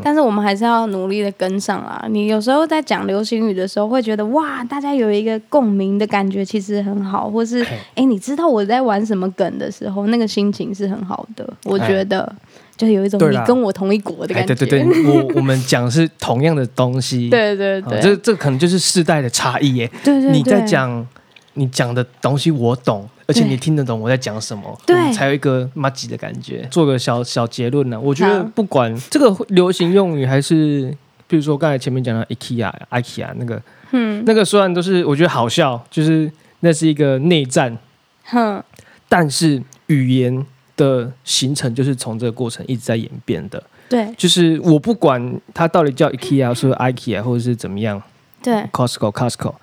[SPEAKER 1] 但是我们还是要努力的跟上啦。你有时候在讲流行语的时候，会觉得哇，大家有一个共鸣的感觉，其实很好，或是
[SPEAKER 2] 嘿
[SPEAKER 1] 哎，你知道我在玩什么梗的时候，那个心情是很好的。我觉得就有一种
[SPEAKER 2] 对
[SPEAKER 1] 你
[SPEAKER 2] 啦
[SPEAKER 1] 跟我同一国的
[SPEAKER 2] 哎
[SPEAKER 1] 感觉。
[SPEAKER 2] 对对对，我我们讲是同样的东西，
[SPEAKER 1] 对对
[SPEAKER 2] 哦
[SPEAKER 1] 对，
[SPEAKER 2] 这这可能就是世代的差异耶。
[SPEAKER 1] 对对对
[SPEAKER 2] 你在讲你讲的东西我懂，而且
[SPEAKER 1] 对
[SPEAKER 2] 你听得懂我在讲什么，
[SPEAKER 1] 对
[SPEAKER 2] 我们才有一个 m a g 的感觉。做个小小结论呢、啊我觉得
[SPEAKER 1] 好
[SPEAKER 2] 不管这个流行用语还是。比如说刚才前面讲的 IKEA、IKEA 那个
[SPEAKER 1] 嗯
[SPEAKER 2] 那个，虽然都是我觉得好笑，就是那是一个内战，
[SPEAKER 1] 哼，
[SPEAKER 2] 但是语言的形成就是从这个过程一直在演变的。
[SPEAKER 1] 对
[SPEAKER 2] 就是我不管它到底叫 IKEA 说 IKEA 或者是怎么样，
[SPEAKER 1] 对
[SPEAKER 2] Costco Costco，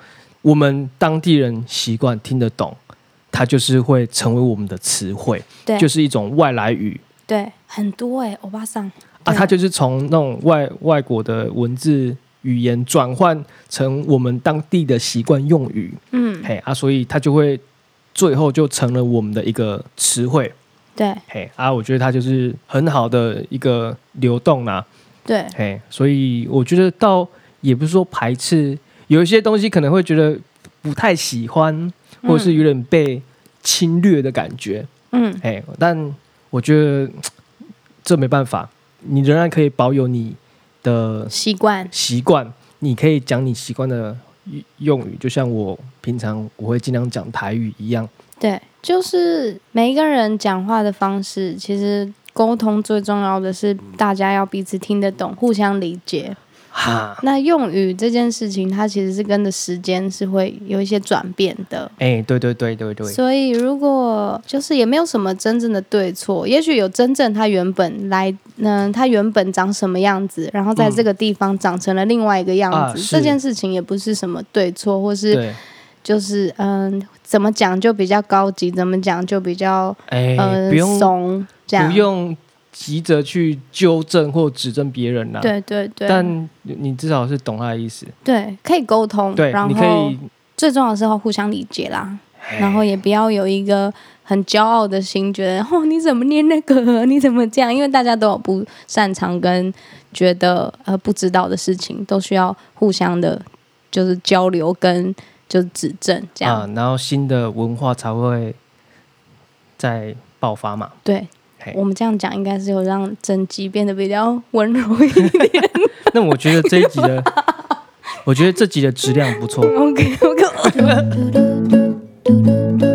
[SPEAKER 2] 我们当地人习惯听得懂，它就是会成为我们的词汇，
[SPEAKER 1] 对，
[SPEAKER 2] 就是一种外来语
[SPEAKER 1] 对，很多哎、欧巴桑
[SPEAKER 2] 啊，
[SPEAKER 1] 对
[SPEAKER 2] 它就是从那种外外国的文字语言转换成我们当地的习惯用语，
[SPEAKER 1] 嗯，
[SPEAKER 2] 嘿啊，所以它就会最后就成了我们的一个词汇，
[SPEAKER 1] 对
[SPEAKER 2] 嘿啊，我觉得它就是很好的一个流动啦、
[SPEAKER 1] 对
[SPEAKER 2] 嘿，所以我觉得倒也不是说排斥，有一些东西可能会觉得不太喜欢，或者是有点被侵略的感觉，
[SPEAKER 1] 嗯，
[SPEAKER 2] 嘿，但我觉得嘖这没办法，你仍然可以保有你的
[SPEAKER 1] 习惯，
[SPEAKER 2] 习惯，你可以讲你习惯的用语，就像我平常我会尽量讲台语一样，
[SPEAKER 1] 对，就是每一个人讲话的方式，其实沟通最重要的是大家要彼此听得懂，互相理解。
[SPEAKER 2] 哈，
[SPEAKER 1] 那用语这件事情，它其实是跟着时间是会有一些转变的。
[SPEAKER 2] 哎、对对对对对，
[SPEAKER 1] 所以，如果就是也没有什么真正的对错，也许有真正他原本来，嗯、他原本长什么样子，然后在
[SPEAKER 2] 嗯
[SPEAKER 1] 这个地方长成了另外一个样
[SPEAKER 2] 啊
[SPEAKER 1] 子，
[SPEAKER 2] 是
[SPEAKER 1] 这件事情也不是什么对错，或是
[SPEAKER 2] 对，
[SPEAKER 1] 就是嗯、怎么讲就比较高级，怎么讲就比较
[SPEAKER 2] 哎、
[SPEAKER 1] 呃
[SPEAKER 2] 不用
[SPEAKER 1] 怂，这样
[SPEAKER 2] 不用急着去纠正或指正别人啦、
[SPEAKER 1] 对对对，
[SPEAKER 2] 啊但你至少是懂他的意思，
[SPEAKER 1] 对可以沟通，
[SPEAKER 2] 对
[SPEAKER 1] 然，
[SPEAKER 2] 你可
[SPEAKER 1] 后
[SPEAKER 2] 以，
[SPEAKER 1] 最重要的是要互相理解啦，
[SPEAKER 2] 哎
[SPEAKER 1] 然后也不要有一个很骄傲的心，觉得哦你怎么念那个， 你怎么这样？因为大家都有不擅长跟觉得呃不知道的事情，都需要互相的，就是交流跟就是指正这样。
[SPEAKER 2] 啊，然后新的文化才会再爆发嘛。
[SPEAKER 1] 对
[SPEAKER 2] 嘿，
[SPEAKER 1] 我们这样讲应该是有让整集变得比较温柔一点。
[SPEAKER 2] 那我觉得这一集的， 我觉得这集的质量不错。
[SPEAKER 1] OK OK。